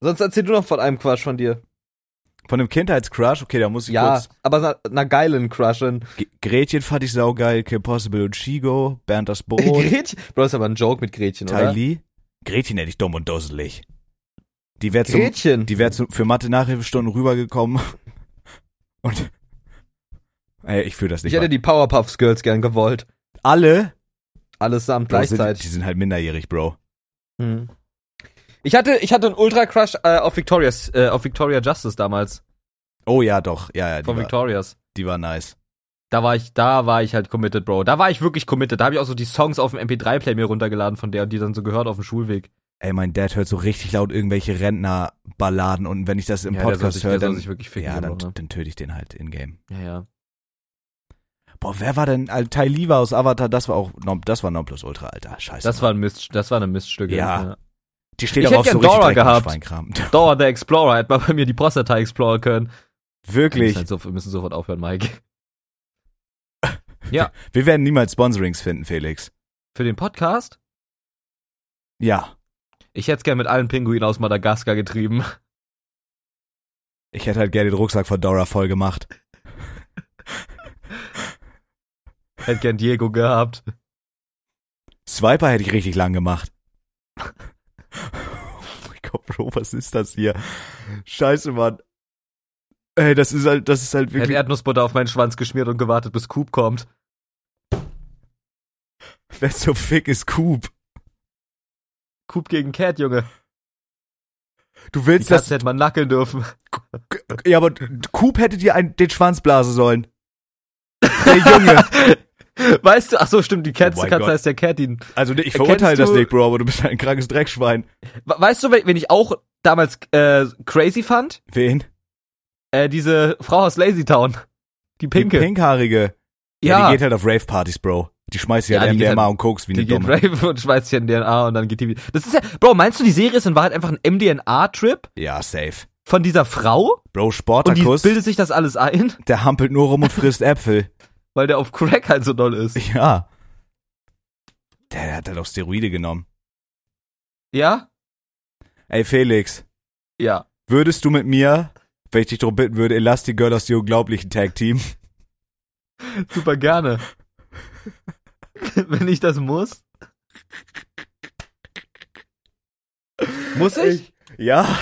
Speaker 2: Sonst erzähl du noch von einem Quatsch von dir.
Speaker 1: Von einem Kindheitscrush, okay, da muss ich
Speaker 2: Ja,
Speaker 1: kurz.
Speaker 2: aber na- einer geilen Crushin.
Speaker 1: G Gretchen fand ich saugeil, Kim Possible und Shigo, Bernd das Brot,
Speaker 2: Gretchen? Bro, das ist aber ein Joke mit Gretchen,
Speaker 1: Ty
Speaker 2: oder?
Speaker 1: Lee. Gretchen hätte ich dumm und dusselig. Die wäre zum,
Speaker 2: Gretchen.
Speaker 1: die wär zum, für Mathe-Nachhilfestunden rübergekommen. Und, ey, ich fühle das nicht.
Speaker 2: ich hätte
Speaker 1: mal.
Speaker 2: die Powerpuff Girls gern gewollt.
Speaker 1: alle
Speaker 2: Allesamt
Speaker 1: Bro, sind-
Speaker 2: gleichzeitig.
Speaker 1: Die sind halt minderjährig, Bro.
Speaker 2: Hm. Ich hatte, ich hatte einen Ultra-Crush äh, auf, Victoria's, äh, auf Victoria Justice damals.
Speaker 1: Oh ja, doch. Ja, ja, die,
Speaker 2: Von
Speaker 1: war,
Speaker 2: Victorias.
Speaker 1: die war nice.
Speaker 2: Da war ich, da war ich halt committed, Bro. Da war ich wirklich committed. Da habe ich auch so die Songs auf dem MP3-Play mir runtergeladen von der und die dann so gehört auf dem Schulweg.
Speaker 1: Ey, mein Dad hört so richtig laut irgendwelche Rentnerballaden und wenn ich das im
Speaker 2: Ja, der soll
Speaker 1: Podcast
Speaker 2: sich- der
Speaker 1: höre,
Speaker 2: soll
Speaker 1: dann,
Speaker 2: sich wirklich ficken,
Speaker 1: ja,
Speaker 2: der
Speaker 1: dann,
Speaker 2: Bro, ne?
Speaker 1: dann töte ich den halt in-game.
Speaker 2: Ja, ja.
Speaker 1: Boah, wer war denn? Also, Ty Lee war aus Avatar, das war auch, nom- das war Nonplusultra, Alter. Scheiße.
Speaker 2: Das war ein Mist, das war eine Miststücke.
Speaker 1: Ja. die steht
Speaker 2: Ich
Speaker 1: aber auch
Speaker 2: hätte
Speaker 1: so
Speaker 2: gern Dora
Speaker 1: richtig
Speaker 2: gehabt.
Speaker 1: Schweinkram.
Speaker 2: Dora the Explorer hätte mal bei mir die Prostata exploren können. Wir
Speaker 1: Wirklich.
Speaker 2: müssen, halt so, wir müssen sofort aufhören, Mike.
Speaker 1: Wir werden niemals Sponsorings finden, Felix.
Speaker 2: Für den Podcast?
Speaker 1: Ja.
Speaker 2: Ich hätte es gern mit allen Pinguinen aus Madagaskar getrieben.
Speaker 1: Ich hätte halt gerne den Rucksack von Dora voll gemacht.
Speaker 2: Hätte gern Diego gehabt.
Speaker 1: Swiper hätte ich richtig lang gemacht. oh mein Gott, Bro, was ist das hier? Scheiße, Mann. Ey, das ist halt, das ist halt
Speaker 2: Hätte
Speaker 1: wirklich.
Speaker 2: Erdnussbutter auf meinen Schwanz geschmiert und gewartet, bis Coop kommt.
Speaker 1: Wer so fick ist Coop?
Speaker 2: Coop gegen Cat, Junge.
Speaker 1: Du
Speaker 2: Die
Speaker 1: willst das.
Speaker 2: Katze hätte man nackeln dürfen.
Speaker 1: Ja, aber Coop hätte dir einen, den Schwanz blasen sollen. Der Junge.
Speaker 2: Weißt du, ach so, stimmt, die Katze,
Speaker 1: Oh mein
Speaker 2: Katze
Speaker 1: Gott.
Speaker 2: heißt ja Cat. die- We-
Speaker 1: Also ich
Speaker 2: Erkennst
Speaker 1: verurteile das
Speaker 2: du-
Speaker 1: nicht, Bro, aber du bist halt ein krankes Dreckschwein.
Speaker 2: Weißt du, wenn wenn ich auch damals äh, crazy fand?
Speaker 1: Wen?
Speaker 2: Äh, diese Frau aus Lazy Town. Die Pinke.
Speaker 1: Die pinkhaarige. Ja.
Speaker 2: Ja.
Speaker 1: Die geht halt auf Rave-Partys, Bro. Die schmeißt sich
Speaker 2: Ja,
Speaker 1: halt
Speaker 2: die geht
Speaker 1: MDMA
Speaker 2: halt-
Speaker 1: und Koks wie
Speaker 2: Die
Speaker 1: eine
Speaker 2: geht
Speaker 1: Dumme.
Speaker 2: rave und schmeißt sich in DNA und dann geht die wieder. Das ist ja, Bro, meinst du, die Serie ist in Wahrheit einfach ein MDNA-Trip
Speaker 1: Ja, safe.
Speaker 2: von dieser Frau?
Speaker 1: Bro,
Speaker 2: Und die
Speaker 1: Sportakus,
Speaker 2: bildet sich das alles ein,
Speaker 1: der hampelt nur rum und frisst Äpfel.
Speaker 2: weil der auf Crack halt so doll ist.
Speaker 1: Ja. Der hat halt auch Steroide genommen.
Speaker 2: Ja?
Speaker 1: Ey, Felix,
Speaker 2: Ja.
Speaker 1: würdest du mit mir, wenn ich dich darum bitten würde, Elastigirl aus dem unglaublichen Tag-Team?
Speaker 2: Super gerne. Wenn ich das muss. Muss ich?
Speaker 1: Ja.
Speaker 2: Ja,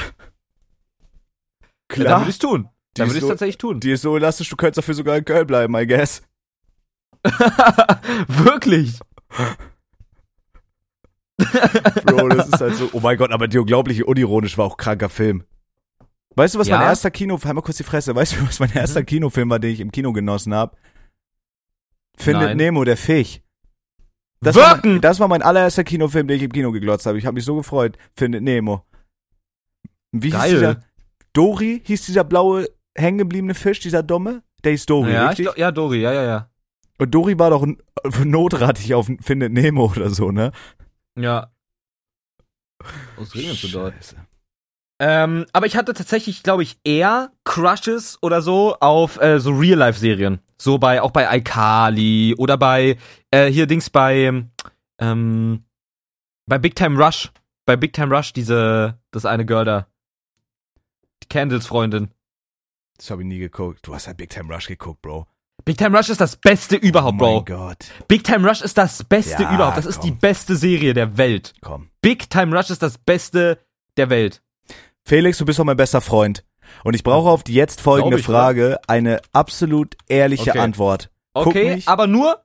Speaker 2: dann
Speaker 1: Klar.
Speaker 2: würde ich tun. Dann
Speaker 1: Die
Speaker 2: würde ich
Speaker 1: ist so-
Speaker 2: tatsächlich tun.
Speaker 1: Die ist so elastisch, du könntest dafür sogar in Köln bleiben, I guess.
Speaker 2: Wirklich?
Speaker 1: Bro, das ist halt so. Oh mein Gott, aber die unglaubliche unironisch war auch kranker Film. Weißt du, was mein
Speaker 2: Ja? Mhm.
Speaker 1: erster Kinofilm, halt mal kurz die Fresse, weißt du, was mein erster Kinofilm war, den ich im Kino genossen habe? Findet
Speaker 2: Nein.
Speaker 1: Nemo, der Fisch. Das War
Speaker 2: Wirken!
Speaker 1: mein, das war mein allererster Kinofilm, den ich im Kino geglotzt habe. Ich habe mich so gefreut. Findet Nemo. Wie
Speaker 2: Geil.
Speaker 1: hieß dieser? Dory hieß dieser blaue, hängengebliebene Fisch, dieser dumme? Der hieß Dory,
Speaker 2: Oh, ja, ich
Speaker 1: richtig?
Speaker 2: glaub, ja, Dori, ja, ja, ja.
Speaker 1: Und Dory war doch n- notrattig auf Findet Nemo oder so, ne?
Speaker 2: Ja. Oh, es regnet so doll.
Speaker 1: Scheiße.
Speaker 2: Ähm, aber ich hatte tatsächlich, glaube ich, eher Crushes oder so auf äh, so Real-Life-Serien. So bei, auch bei Alkali oder bei, äh, hier Dings bei, ähm, bei Big Time Rush. Bei Big Time Rush diese, das eine Girl da. Die Candles-Freundin.
Speaker 1: Das habe ich nie geguckt. Du hast halt Big Time Rush geguckt, Bro.
Speaker 2: Big Time Rush ist das Beste überhaupt,
Speaker 1: oh mein
Speaker 2: Bro.
Speaker 1: Gott.
Speaker 2: Big Time Rush ist das Beste
Speaker 1: Ja,
Speaker 2: überhaupt. Das ist
Speaker 1: komm.
Speaker 2: die beste Serie der Welt.
Speaker 1: Komm.
Speaker 2: Big Time Rush ist das Beste der Welt.
Speaker 1: Felix, du bist doch mein bester Freund. Und ich brauche auf die jetzt folgende
Speaker 2: Glaub ich,
Speaker 1: Frage eine absolut ehrliche
Speaker 2: Okay.
Speaker 1: Antwort. Guck
Speaker 2: Okay,
Speaker 1: mich.
Speaker 2: aber nur,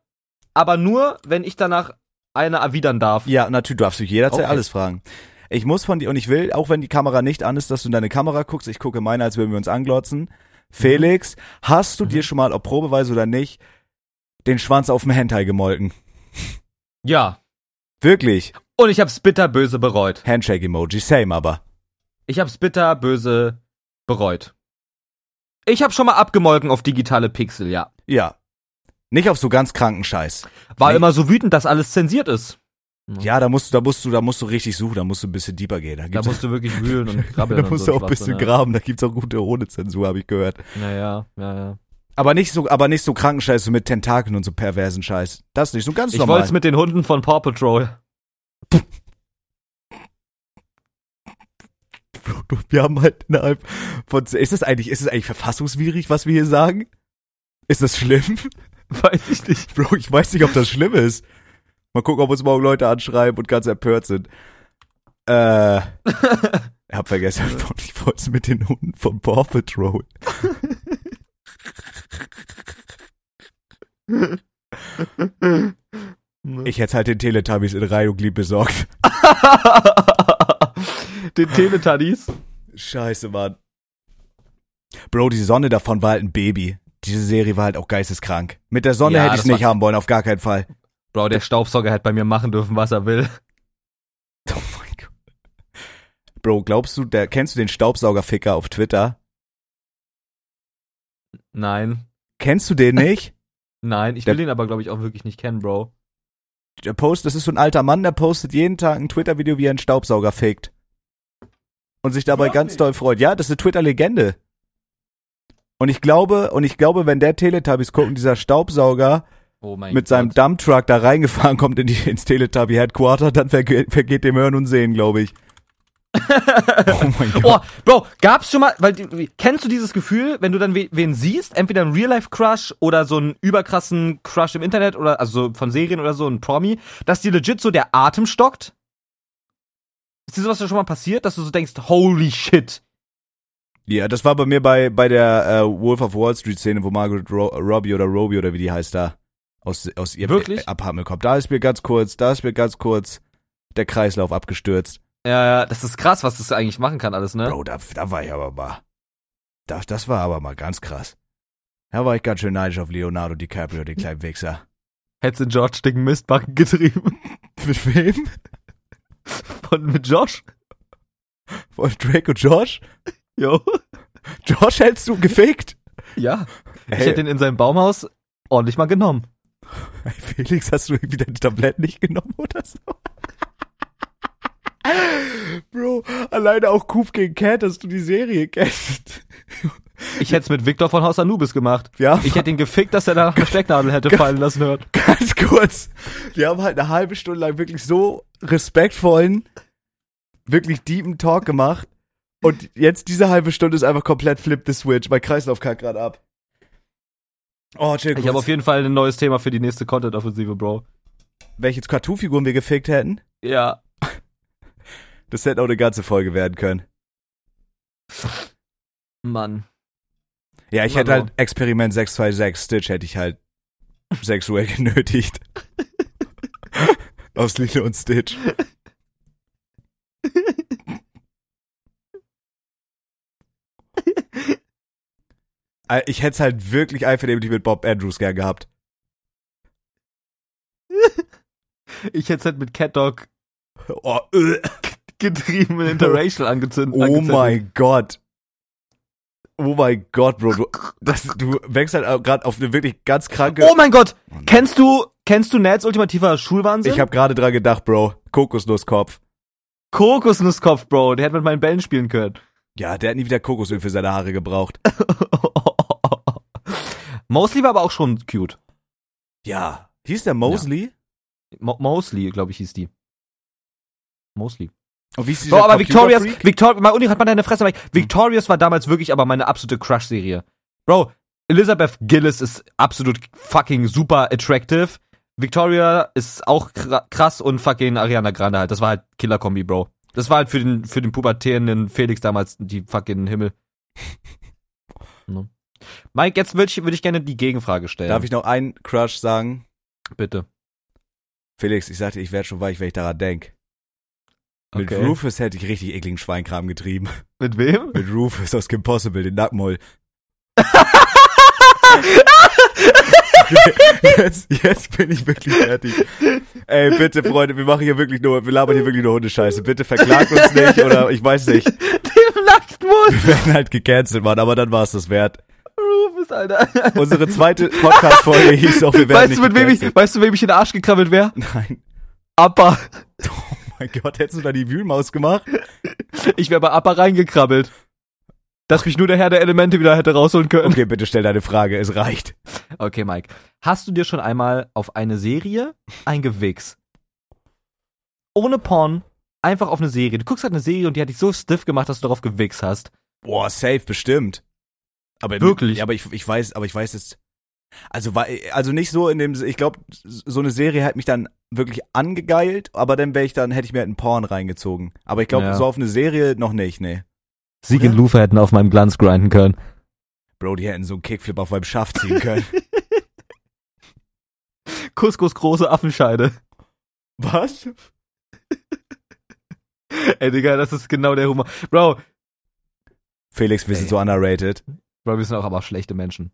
Speaker 2: aber nur, wenn ich danach eine erwidern darf.
Speaker 1: Ja, natürlich, du darfst mich jederzeit
Speaker 2: Okay.
Speaker 1: alles fragen. Ich muss von dir, und ich will, auch wenn die Kamera nicht an ist, dass du in deine Kamera guckst, ich gucke meine, als würden wir uns
Speaker 2: Mhm.
Speaker 1: anglotzen. Felix, hast du dir schon mal, ob probeweise oder nicht, den Schwanz auf dem Hentai gemolken?
Speaker 2: Ja.
Speaker 1: Wirklich.
Speaker 2: Und ich hab's bitterböse bereut.
Speaker 1: Handshake-Emoji, same aber.
Speaker 2: Ich hab's bitterböse bereut. Ich hab schon mal abgemolken auf digitale Pixel, ja.
Speaker 1: Ja. Nicht auf so ganz kranken Scheiß.
Speaker 2: War
Speaker 1: Nee.
Speaker 2: immer so wütend, dass alles zensiert ist.
Speaker 1: Ja, da musst du, da musst du, da musst du richtig suchen, da musst du ein bisschen deeper gehen. Da,
Speaker 2: ne? Da
Speaker 1: gibt's,
Speaker 2: musst du wirklich wühlen und krabbeln.
Speaker 1: da musst
Speaker 2: und so
Speaker 1: du auch ein bisschen
Speaker 2: ja.
Speaker 1: graben, da gibt's auch gute ohne Zensur, habe ich gehört.
Speaker 2: Naja, ja, ja.
Speaker 1: Aber nicht so, aber nicht so kranken Scheiß, so mit Tentakeln und so perversen Scheiß. Das nicht, so ganz
Speaker 2: Ich
Speaker 1: normal.
Speaker 2: wollt's mit den Hunden von Paw Patrol.
Speaker 1: wir haben halt innerhalb von, ist das eigentlich, ist das eigentlich verfassungswidrig, was wir hier sagen? Ist das schlimm?
Speaker 2: Weiß ich nicht.
Speaker 1: Bro, ich weiß nicht, ob das schlimm ist. Mal gucken, ob uns morgen Leute anschreiben und ganz empört sind. Äh, Ich hab vergessen, ich wollte es mit den Hunden von Paw Patrol. Ich hätte halt den Teletubbies in Reihe-Glied besorgt.
Speaker 2: Den Teletuddies.
Speaker 1: Scheiße, Mann. Bro, die Sonne davon war halt ein Baby. Diese Serie war halt auch geisteskrank. Mit der Sonne
Speaker 2: Ja,
Speaker 1: hätte ich es
Speaker 2: das
Speaker 1: nicht haben wollen, auf gar keinen Fall.
Speaker 2: Bro, der Staubsauger hätte bei mir machen dürfen, was er will.
Speaker 1: Oh mein Gott. Bro, glaubst du, der, kennst du den Staubsaugerficker auf Twitter?
Speaker 2: Nein.
Speaker 1: Kennst du den nicht?
Speaker 2: Nein, ich
Speaker 1: Der-
Speaker 2: will den aber, glaube ich, auch wirklich nicht kennen, Bro.
Speaker 1: Der Post, das ist so ein alter Mann, der postet jeden Tag ein Twitter-Video, wie er einen Staubsauger fickt. Und sich dabei ganz doll freut. Ja, das ist eine Twitter-Legende. Und ich glaube, und ich glaube, wenn der Teletubbies guckt und dieser Staubsauger
Speaker 2: Oh mein
Speaker 1: mit
Speaker 2: Gott.
Speaker 1: seinem Dumptruck da reingefahren kommt in die, ins Teletubby Headquarter, dann vergeht, vergeht dem Hören und Sehen, glaube ich. oh mein Gott.
Speaker 2: Oh, Bro, gab's schon mal, weil die- kennst du dieses Gefühl, wenn du dann we wen siehst, entweder einen Real-Life-Crush oder so einen überkrassen Crush im Internet oder also von Serien oder so, ein Promi, dass dir legit so der Atem stockt? Ist dir sowas schon mal passiert, dass du so denkst, holy shit?
Speaker 1: Ja, das war bei mir bei, bei der äh, Wolf of Wall Street Szene, wo Margaret Ro Robbie oder Robbie oder wie die heißt da aus, aus ihrem
Speaker 2: Wirklich?
Speaker 1: Ä- Apartment kommt. Da ist mir ganz kurz, da ist mir ganz kurz der Kreislauf abgestürzt.
Speaker 2: Ja, ja, das ist krass, was das eigentlich machen kann alles, ne?
Speaker 1: Bro, da, da war ich aber mal. Das, das war aber mal ganz krass. Da war ich ganz schön neidisch auf Leonardo DiCaprio, den kleinen Wichser.
Speaker 2: Hättest du George dicken Mistbacken getrieben
Speaker 1: Mit wem?
Speaker 2: von mit Josh?
Speaker 1: Von Drake und Josh?
Speaker 2: Jo.
Speaker 1: Josh hättest du gefickt?
Speaker 2: Ja. Ich
Speaker 1: Ey,
Speaker 2: hätte ihn in seinem Baumhaus ordentlich mal genommen.
Speaker 1: ey, Felix, hast du irgendwie deine Tabletten nicht genommen oder so? Bro, alleine auch Coop gegen Cat, dass du die Serie kennst.
Speaker 2: Ich hätte es mit Victor von Haus Anubis gemacht.
Speaker 1: Ja.
Speaker 2: Ich hätte ihn gefickt, dass er danach eine Stecknadel hätte fallen lassen hört.
Speaker 1: Ganz kurz. Wir haben halt eine halbe Stunde lang wirklich so respektvollen, wirklich deepen Talk gemacht. Und jetzt diese halbe Stunde ist einfach komplett flip the switch. Mein Kreislauf kackt gerade ab. Oh, chill
Speaker 2: Ich habe
Speaker 1: kurz.
Speaker 2: auf jeden Fall ein neues Thema für die nächste Content-Offensive, Bro.
Speaker 1: Welche Cartoon-Figuren wir gefickt hätten,
Speaker 2: Ja.
Speaker 1: das hätte auch eine ganze Folge werden können.
Speaker 2: Mann.
Speaker 1: Ja, ich
Speaker 2: Immer
Speaker 1: hätte
Speaker 2: so.
Speaker 1: halt Experiment 626 Stitch hätte ich halt sexuell genötigt. Aus Lilo und Stitch. Äh, Ich hätte es halt wirklich einvernehmlich mit Bob Andrews gern gehabt.
Speaker 2: Ich hätte es halt mit CatDog
Speaker 1: Oh, äh,
Speaker 2: getrieben und Interracial angezündet.
Speaker 1: oh mein Gott. Oh mein Gott, Bro. Du, das, du wächst halt gerade auf eine wirklich ganz kranke...
Speaker 2: Oh mein Gott!
Speaker 1: nein.
Speaker 2: Kennst du, kennst du Nads ultimativer Schulwahnsinn?
Speaker 1: ich habe gerade dran gedacht, Bro. Kokosnusskopf.
Speaker 2: Kokosnusskopf, Bro. Der hätte mit meinen Bällen spielen können.
Speaker 1: Ja, der hat nie wieder Kokosöl für seine Haare gebraucht.
Speaker 2: Mosley war aber auch schon cute.
Speaker 1: Ja. Hieß der Mosley?
Speaker 2: Mo Mosley, glaube ich, hieß die. Mosley.
Speaker 1: Und wie ist
Speaker 2: Bro,
Speaker 1: dieser
Speaker 2: aber Victorious,
Speaker 1: Computerfreak?
Speaker 2: Victor, mal Uni hat man deine Fresse, aber Victorious war damals wirklich aber meine absolute Crush-Serie. Bro, Elizabeth Gillis ist absolut fucking super attractive. Victoria ist auch kra- krass und fucking Ariana Grande halt. Das war halt Killer-Kombi, Bro. Das war halt für den, für den pubertierenden Felix damals die fucking Himmel. Ne. Mike, jetzt würde ich, würd ich gerne die Gegenfrage stellen.
Speaker 1: Darf ich noch einen Crush sagen?
Speaker 2: Bitte.
Speaker 1: Felix, ich sagte, ich werde schon weich, wenn ich daran denk. Mit
Speaker 2: Okay.
Speaker 1: Rufus hätte ich richtig ekligen Schweinkram getrieben.
Speaker 2: Mit wem?
Speaker 1: Mit Rufus aus Kim Possible, den Nackmoll. jetzt, jetzt bin ich wirklich fertig. Ey, bitte, Freunde, wir machen hier wirklich nur, wir labern hier wirklich nur Hundescheiße. Bitte verklagt uns nicht oder ich weiß nicht.
Speaker 2: Dem Nacktmund!
Speaker 1: Wir werden halt gecancelt, Mann, aber dann war es das wert.
Speaker 2: Rufus, Alter.
Speaker 1: Unsere zweite Podcast-Folge hieß auch, wir werden
Speaker 2: Weißt
Speaker 1: nicht
Speaker 2: du, mit wem ich,
Speaker 1: gecancelt.
Speaker 2: weißt du, wem ich in den Arsch gekrabbelt wäre?
Speaker 1: Nein.
Speaker 2: Appa.
Speaker 1: Oh mein Gott, hättest du da die Wühlmaus gemacht?
Speaker 2: Ich wäre bei Appa reingekrabbelt. Dass mich nur der Herr der Elemente wieder hätte rausholen können.
Speaker 1: Okay, bitte stell deine Frage, es reicht.
Speaker 2: Okay, Mike. Hast du dir schon einmal auf eine Serie eingewichst? Ohne Porn, einfach auf eine Serie. Du guckst halt eine Serie und die hat dich so stiff gemacht, dass du darauf gewichst hast.
Speaker 1: Boah, safe bestimmt. Aber
Speaker 2: Wirklich?
Speaker 1: Ja, aber ich, ich weiß, aber ich weiß jetzt, Also war also nicht so in dem ich glaube so eine Serie hat mich dann wirklich angegeilt, aber dann wäre ich dann hätte ich mir halt einen Porn reingezogen. Aber ich glaube
Speaker 2: Ja.
Speaker 1: so auf eine Serie noch nicht, nee.
Speaker 2: Sieg und Lufa hätten auf meinem Glanz grinden können.
Speaker 1: Bro, die hätten so einen Kickflip auf meinem Schaft ziehen können.
Speaker 2: Couscous große Affenscheide.
Speaker 1: Was?
Speaker 2: Ey, Digga, das ist genau der Humor. Bro,
Speaker 1: Felix, wir sind
Speaker 2: Ey.
Speaker 1: so underrated.
Speaker 2: Bro, wir sind auch aber schlechte Menschen.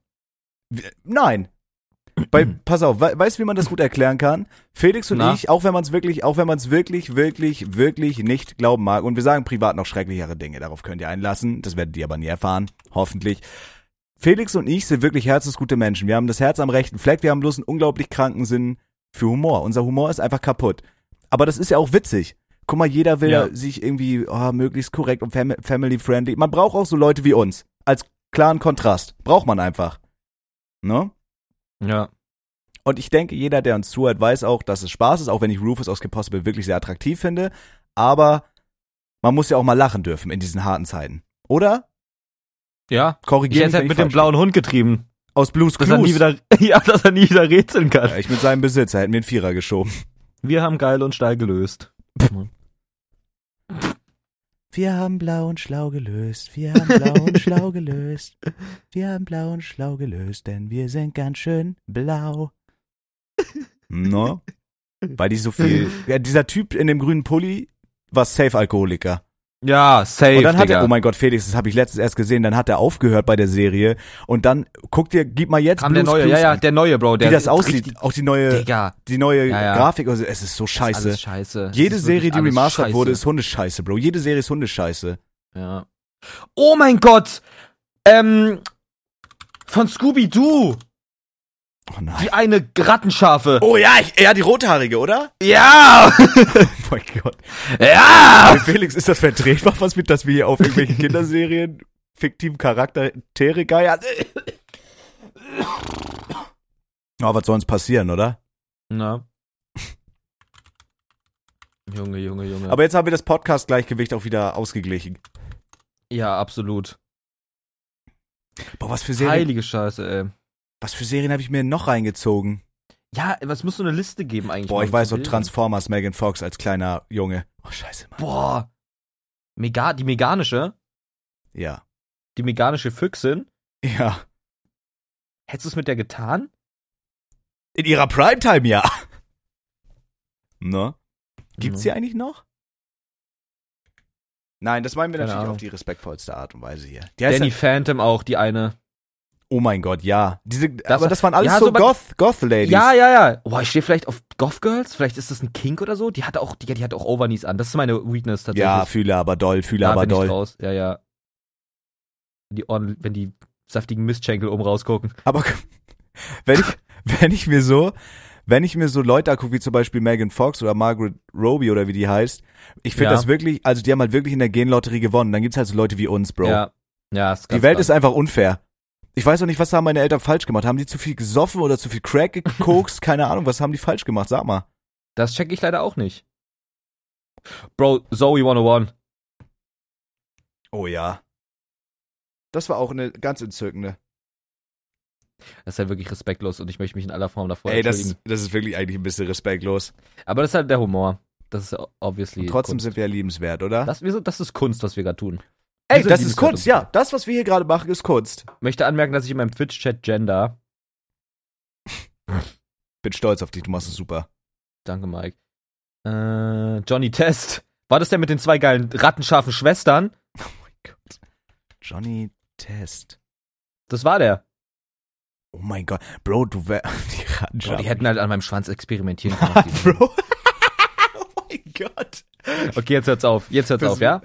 Speaker 1: Wir- Nein. Bei, pass auf, we weißt du, wie man das gut erklären kann? Felix und
Speaker 2: Na?
Speaker 1: ich, auch wenn man es wirklich, auch wenn man es wirklich, wirklich, wirklich nicht glauben mag, und wir sagen privat noch schrecklichere Dinge, darauf könnt ihr einlassen, das werdet ihr aber nie erfahren, hoffentlich. Felix und ich sind wirklich herzensgute Menschen. Wir haben das Herz am rechten Fleck, wir haben bloß einen unglaublich kranken Sinn für Humor. Unser Humor ist einfach kaputt. Aber das ist ja auch witzig. Guck mal, jeder will
Speaker 2: Ja.
Speaker 1: sich irgendwie oh, möglichst korrekt und fam family-friendly. Man braucht auch so Leute wie uns. Als klaren Kontrast. Braucht man einfach. Ne?
Speaker 2: Ja.
Speaker 1: Und ich denke, jeder, der uns zuhört, weiß auch, dass es Spaß ist, auch wenn ich Rufus aus Kid Possible wirklich sehr attraktiv finde. Aber man muss ja auch mal lachen dürfen in diesen harten Zeiten. Oder?
Speaker 2: Ja. Ich
Speaker 1: Korrigiere
Speaker 2: hätte
Speaker 1: mich,
Speaker 2: halt
Speaker 1: wenn
Speaker 2: mit
Speaker 1: ich
Speaker 2: dem
Speaker 1: falsch
Speaker 2: blauen Hund getrieben.
Speaker 1: liege. Aus Blues
Speaker 2: Dass er nie
Speaker 1: Clues.
Speaker 2: wieder, ja, dass er nie wieder rätseln kann.
Speaker 1: Ja, ich mit seinem Besitzer hätten wir einen Vierer geschoben.
Speaker 2: Wir haben geil und steil gelöst.
Speaker 1: Wir haben blau und schlau gelöst, wir haben blau und schlau gelöst, wir haben blau und schlau gelöst, denn wir sind ganz schön blau. No? Weil die so viel. Ja, dieser Typ in dem grünen Pulli war safe Alkoholiker.
Speaker 2: Ja, safe,
Speaker 1: Und dann hat
Speaker 2: Digga.
Speaker 1: er, oh mein Gott, Felix, das habe ich letztens erst gesehen, dann hat er aufgehört bei der Serie und dann guck dir, gib mal jetzt
Speaker 2: Kam der
Speaker 1: Blue's
Speaker 2: neue, ja,
Speaker 1: Clues
Speaker 2: ja,
Speaker 1: an,
Speaker 2: der neue, Bro. Der
Speaker 1: wie das
Speaker 2: ist
Speaker 1: aussieht,
Speaker 2: richtig-
Speaker 1: auch die neue,
Speaker 2: Digga,
Speaker 1: die neue
Speaker 2: Ja, ja.
Speaker 1: Grafik, also es ist so scheiße.
Speaker 2: Alles scheiße.
Speaker 1: Jede
Speaker 2: Es ist
Speaker 1: Serie,
Speaker 2: wirklich
Speaker 1: die
Speaker 2: alles
Speaker 1: remastert
Speaker 2: scheiße.
Speaker 1: wurde, ist Hundescheiße, Bro. Jede Serie ist Hundescheiße.
Speaker 2: Ja. Oh mein Gott! Ähm, von Scooby-Doo!
Speaker 1: Oh nein.
Speaker 2: Die eine Rattenschafe!
Speaker 1: Oh ja, ich, ja, die rothaarige, oder?
Speaker 2: Ja!
Speaker 1: Oh mein Gott.
Speaker 2: ja!
Speaker 1: Ey, Felix, ist das vertretbar, was mit, dass wir hier auf irgendwelchen Kinderserien fiktiven Charaktere geiern? Oh, was soll uns passieren, oder?
Speaker 2: Na. Junge, Junge, Junge.
Speaker 1: Aber jetzt haben wir das Podcast-Gleichgewicht auch wieder ausgeglichen.
Speaker 2: ja, absolut.
Speaker 1: Boah, was für Serien,
Speaker 2: Heilige Scheiße, ey.
Speaker 1: was für Serien habe ich mir noch reingezogen?
Speaker 2: Ja, was muss so eine Liste geben eigentlich?
Speaker 1: Boah,
Speaker 2: um
Speaker 1: ich weiß
Speaker 2: zu
Speaker 1: so
Speaker 2: bilden?
Speaker 1: Transformers, Megan Fox als kleiner Junge. Oh, scheiße, Mann.
Speaker 2: Boah. Mega, die meganische,
Speaker 1: Ja.
Speaker 2: die meganische Füchsin.
Speaker 1: Ja.
Speaker 2: Hättest du es mit der getan?
Speaker 1: In ihrer Primetime, ja. Ne?
Speaker 2: Mhm.
Speaker 1: Gibt's sie eigentlich noch? Nein, das meinen wir
Speaker 2: Keine
Speaker 1: natürlich
Speaker 2: Ahnung.
Speaker 1: auf die respektvollste Art und Weise hier. Die heißt
Speaker 2: Danny
Speaker 1: ja,
Speaker 2: Phantom auch, die eine.
Speaker 1: oh mein Gott, ja. Diese, aber das waren alles
Speaker 2: ja,
Speaker 1: so,
Speaker 2: so bei-
Speaker 1: Goth, Goth-Ladies.
Speaker 2: Ja, ja, ja. Boah, ich stehe vielleicht auf Goth Girls. Vielleicht ist das ein Kink oder so. Die hatte auch, die, die hatte auch Overknees an. Das ist meine Weakness tatsächlich.
Speaker 1: ja, fühle aber doll, fühle
Speaker 2: Da
Speaker 1: aber
Speaker 2: bin ich
Speaker 1: doll.
Speaker 2: raus. Ja, ja. Wenn die, Ohren, wenn die saftigen Mistschenkel oben rausgucken.
Speaker 1: Aber wenn ich, wenn ich mir so, wenn ich mir so Leute angucke, wie zum Beispiel Megan Fox oder Margaret Roby oder wie die heißt, ich finde
Speaker 2: Ja.
Speaker 1: das wirklich, also die haben halt wirklich in der Genlotterie gewonnen. Dann gibt's halt so Leute wie uns, Bro.
Speaker 2: Ja. Ja, ist ganz
Speaker 1: die Welt
Speaker 2: klar.
Speaker 1: ist einfach unfair. Ich weiß auch nicht, was haben meine Eltern falsch gemacht. Haben die zu viel gesoffen oder zu viel Crack gekokst? Keine Ahnung, was haben die falsch gemacht? Sag mal.
Speaker 2: Das checke ich leider auch nicht. Bro, Zoe 101.
Speaker 1: Oh ja. Das war auch eine ganz entzückende.
Speaker 2: Das ist halt wirklich respektlos und ich möchte mich in aller Form davor
Speaker 1: Ey, das,
Speaker 2: entschuldigen.
Speaker 1: das ist wirklich eigentlich ein bisschen respektlos.
Speaker 2: Aber das ist halt der Humor. Das ist obviously.
Speaker 1: Und trotzdem
Speaker 2: Kunst.
Speaker 1: sind wir ja liebenswert, oder?
Speaker 2: Das, wir sind, das ist Kunst, was wir gerade tun.
Speaker 1: Ey,
Speaker 2: sind
Speaker 1: das ist
Speaker 2: liebenswert
Speaker 1: Kunst,
Speaker 2: und-
Speaker 1: ja. Das, was wir hier gerade machen, ist Kunst.
Speaker 2: Möchte anmerken, dass ich in meinem Twitch-Chat gender.
Speaker 1: Bin stolz auf dich, du machst es super.
Speaker 2: Danke, Mike. Äh, Johnny Test. War das der mit den zwei geilen rattenscharfen Schwestern?
Speaker 1: Johnny Test.
Speaker 2: Das war der.
Speaker 1: Oh mein Gott. Bro, du wär. Die
Speaker 2: Bro, die
Speaker 1: Rattenscharten.
Speaker 2: hätten halt an meinem Schwanz experimentieren können.
Speaker 1: Bro. oh mein Gott.
Speaker 2: Okay, jetzt hört's auf. Jetzt hört's
Speaker 1: Das-
Speaker 2: auf, ja?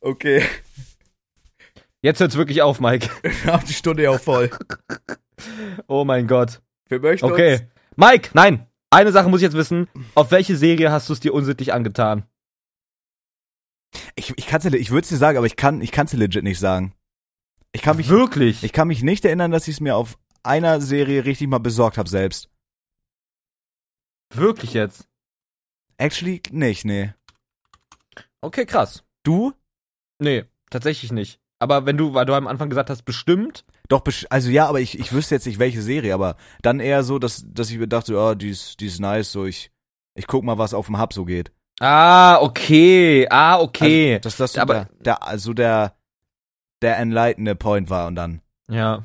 Speaker 1: Okay.
Speaker 2: Jetzt hört's wirklich auf, Mike.
Speaker 1: Wir haben die Stunde ja auch voll.
Speaker 2: Oh mein Gott.
Speaker 1: Wir möchten uns.
Speaker 2: Okay. Mike, nein. Eine Sache muss ich jetzt wissen. Auf welche Serie hast du es dir unsittlich angetan?
Speaker 1: Ich, ich kann's ja, ich würde es dir sagen, aber ich kann, ich kann's dir legit nicht sagen. Ich kann mich,
Speaker 2: Wirklich?
Speaker 1: ich kann mich nicht erinnern, dass ich es mir auf einer Serie richtig mal besorgt habe selbst.
Speaker 2: Wirklich jetzt?
Speaker 1: Actually nicht, nee.
Speaker 2: Okay, krass.
Speaker 1: Du?
Speaker 2: Nee, tatsächlich nicht. Aber wenn du, weil du am Anfang gesagt hast, bestimmt,
Speaker 1: Doch, besch- also ja, aber ich, ich wüsste jetzt nicht, welche Serie, aber dann eher so, dass, dass ich mir dachte, ja, die ist, die ist nice, so ich, ich guck mal, was auf dem Hub so geht.
Speaker 2: Ah, okay. Ah, okay.
Speaker 1: Also, dass das so
Speaker 2: Aber-
Speaker 1: aber der, der, also der, der enlightende Point war und dann
Speaker 4: Ja.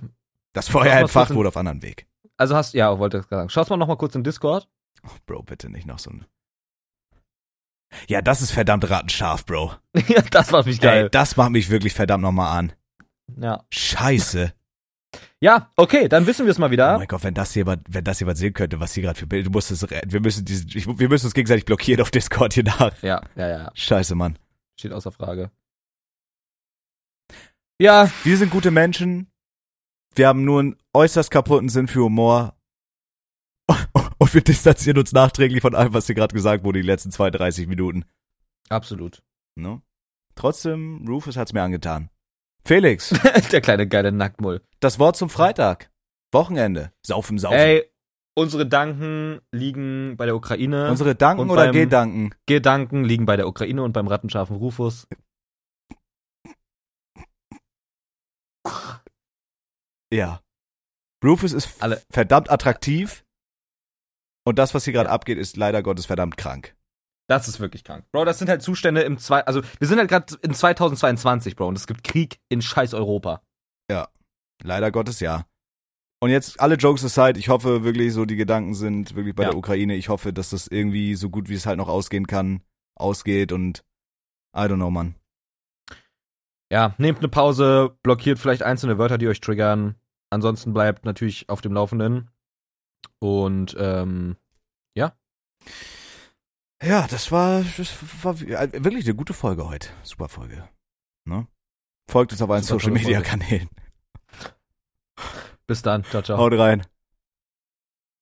Speaker 1: das
Speaker 4: Doch,
Speaker 1: Feuer
Speaker 4: was
Speaker 1: entfacht
Speaker 4: ist denn-
Speaker 1: wurde auf anderen Weg.
Speaker 2: Also hast ja, wollte ich gerade sagen. Schaust mal noch mal kurz in Discord.
Speaker 1: Ach, Bro, bitte nicht noch so ein. Ja, das ist verdammt rattenscharf, Bro.
Speaker 2: ja, das war mich
Speaker 1: Ey,
Speaker 2: geil.
Speaker 1: das macht mich wirklich verdammt nochmal an.
Speaker 2: Ja.
Speaker 1: Scheiße.
Speaker 2: ja, okay, dann wissen wir es mal
Speaker 1: Oh
Speaker 2: wieder.
Speaker 1: mein Gott, wenn das jemand, wenn das jemand sehen könnte, was hier gerade für Bilder, du musst es, re- wir müssen diesen, ich, wir müssen uns gegenseitig blockieren auf Discord hier nach.
Speaker 2: ja, ja, ja,
Speaker 1: Scheiße, Mann.
Speaker 2: steht außer Frage. Ja,
Speaker 1: Wir sind gute Menschen. Wir haben nur einen äußerst kaputten Sinn für Humor. Und wir distanzieren uns nachträglich von allem, was hier gerade gesagt wurde, die letzten 32 Minuten.
Speaker 2: absolut.
Speaker 1: Ne? Trotzdem, Rufus hat's mir angetan. Felix,
Speaker 2: Der kleine geile Nacktmull.
Speaker 1: das Wort zum Freitag. Wochenende. Saufen, saufen.
Speaker 2: Ey, unsere Danken liegen bei der Ukraine.
Speaker 1: Unsere Danken
Speaker 2: äh, und
Speaker 1: oder
Speaker 2: beim-
Speaker 1: Gedanken?
Speaker 2: Gedanken liegen bei der Ukraine und beim rattenscharfen Rufus.
Speaker 1: Ja. Rufus ist f-
Speaker 2: Alle-
Speaker 1: verdammt attraktiv. Und das, was hier gerade abgeht, ist leider Gottes verdammt krank.
Speaker 2: Das ist wirklich krank. Bro, das sind halt Zustände im zwei, also wir sind halt gerade in 2022, Bro, und es gibt Krieg in scheiß Europa.
Speaker 1: Leider Gottes, ja. Und jetzt alle Jokes aside, ich hoffe wirklich so, die Gedanken sind wirklich bei
Speaker 2: Ja.
Speaker 1: der Ukraine. Ich hoffe, dass das irgendwie so gut wie es halt noch ausgehen kann, ausgeht und I don't know, Mann.
Speaker 2: Ja, nehmt eine Pause, blockiert vielleicht einzelne Wörter, die euch triggern. Ansonsten bleibt natürlich auf dem Laufenden. Und ähm,
Speaker 1: Ja, das war, das war äh, wirklich eine gute Folge heute. Super Folge. Ne? Folgt uns auf allen
Speaker 2: Super
Speaker 1: Social
Speaker 2: tolle
Speaker 1: Media
Speaker 2: Folge.
Speaker 1: Kanälen.
Speaker 2: bis dann. Ciao, ciao.
Speaker 1: Haut rein.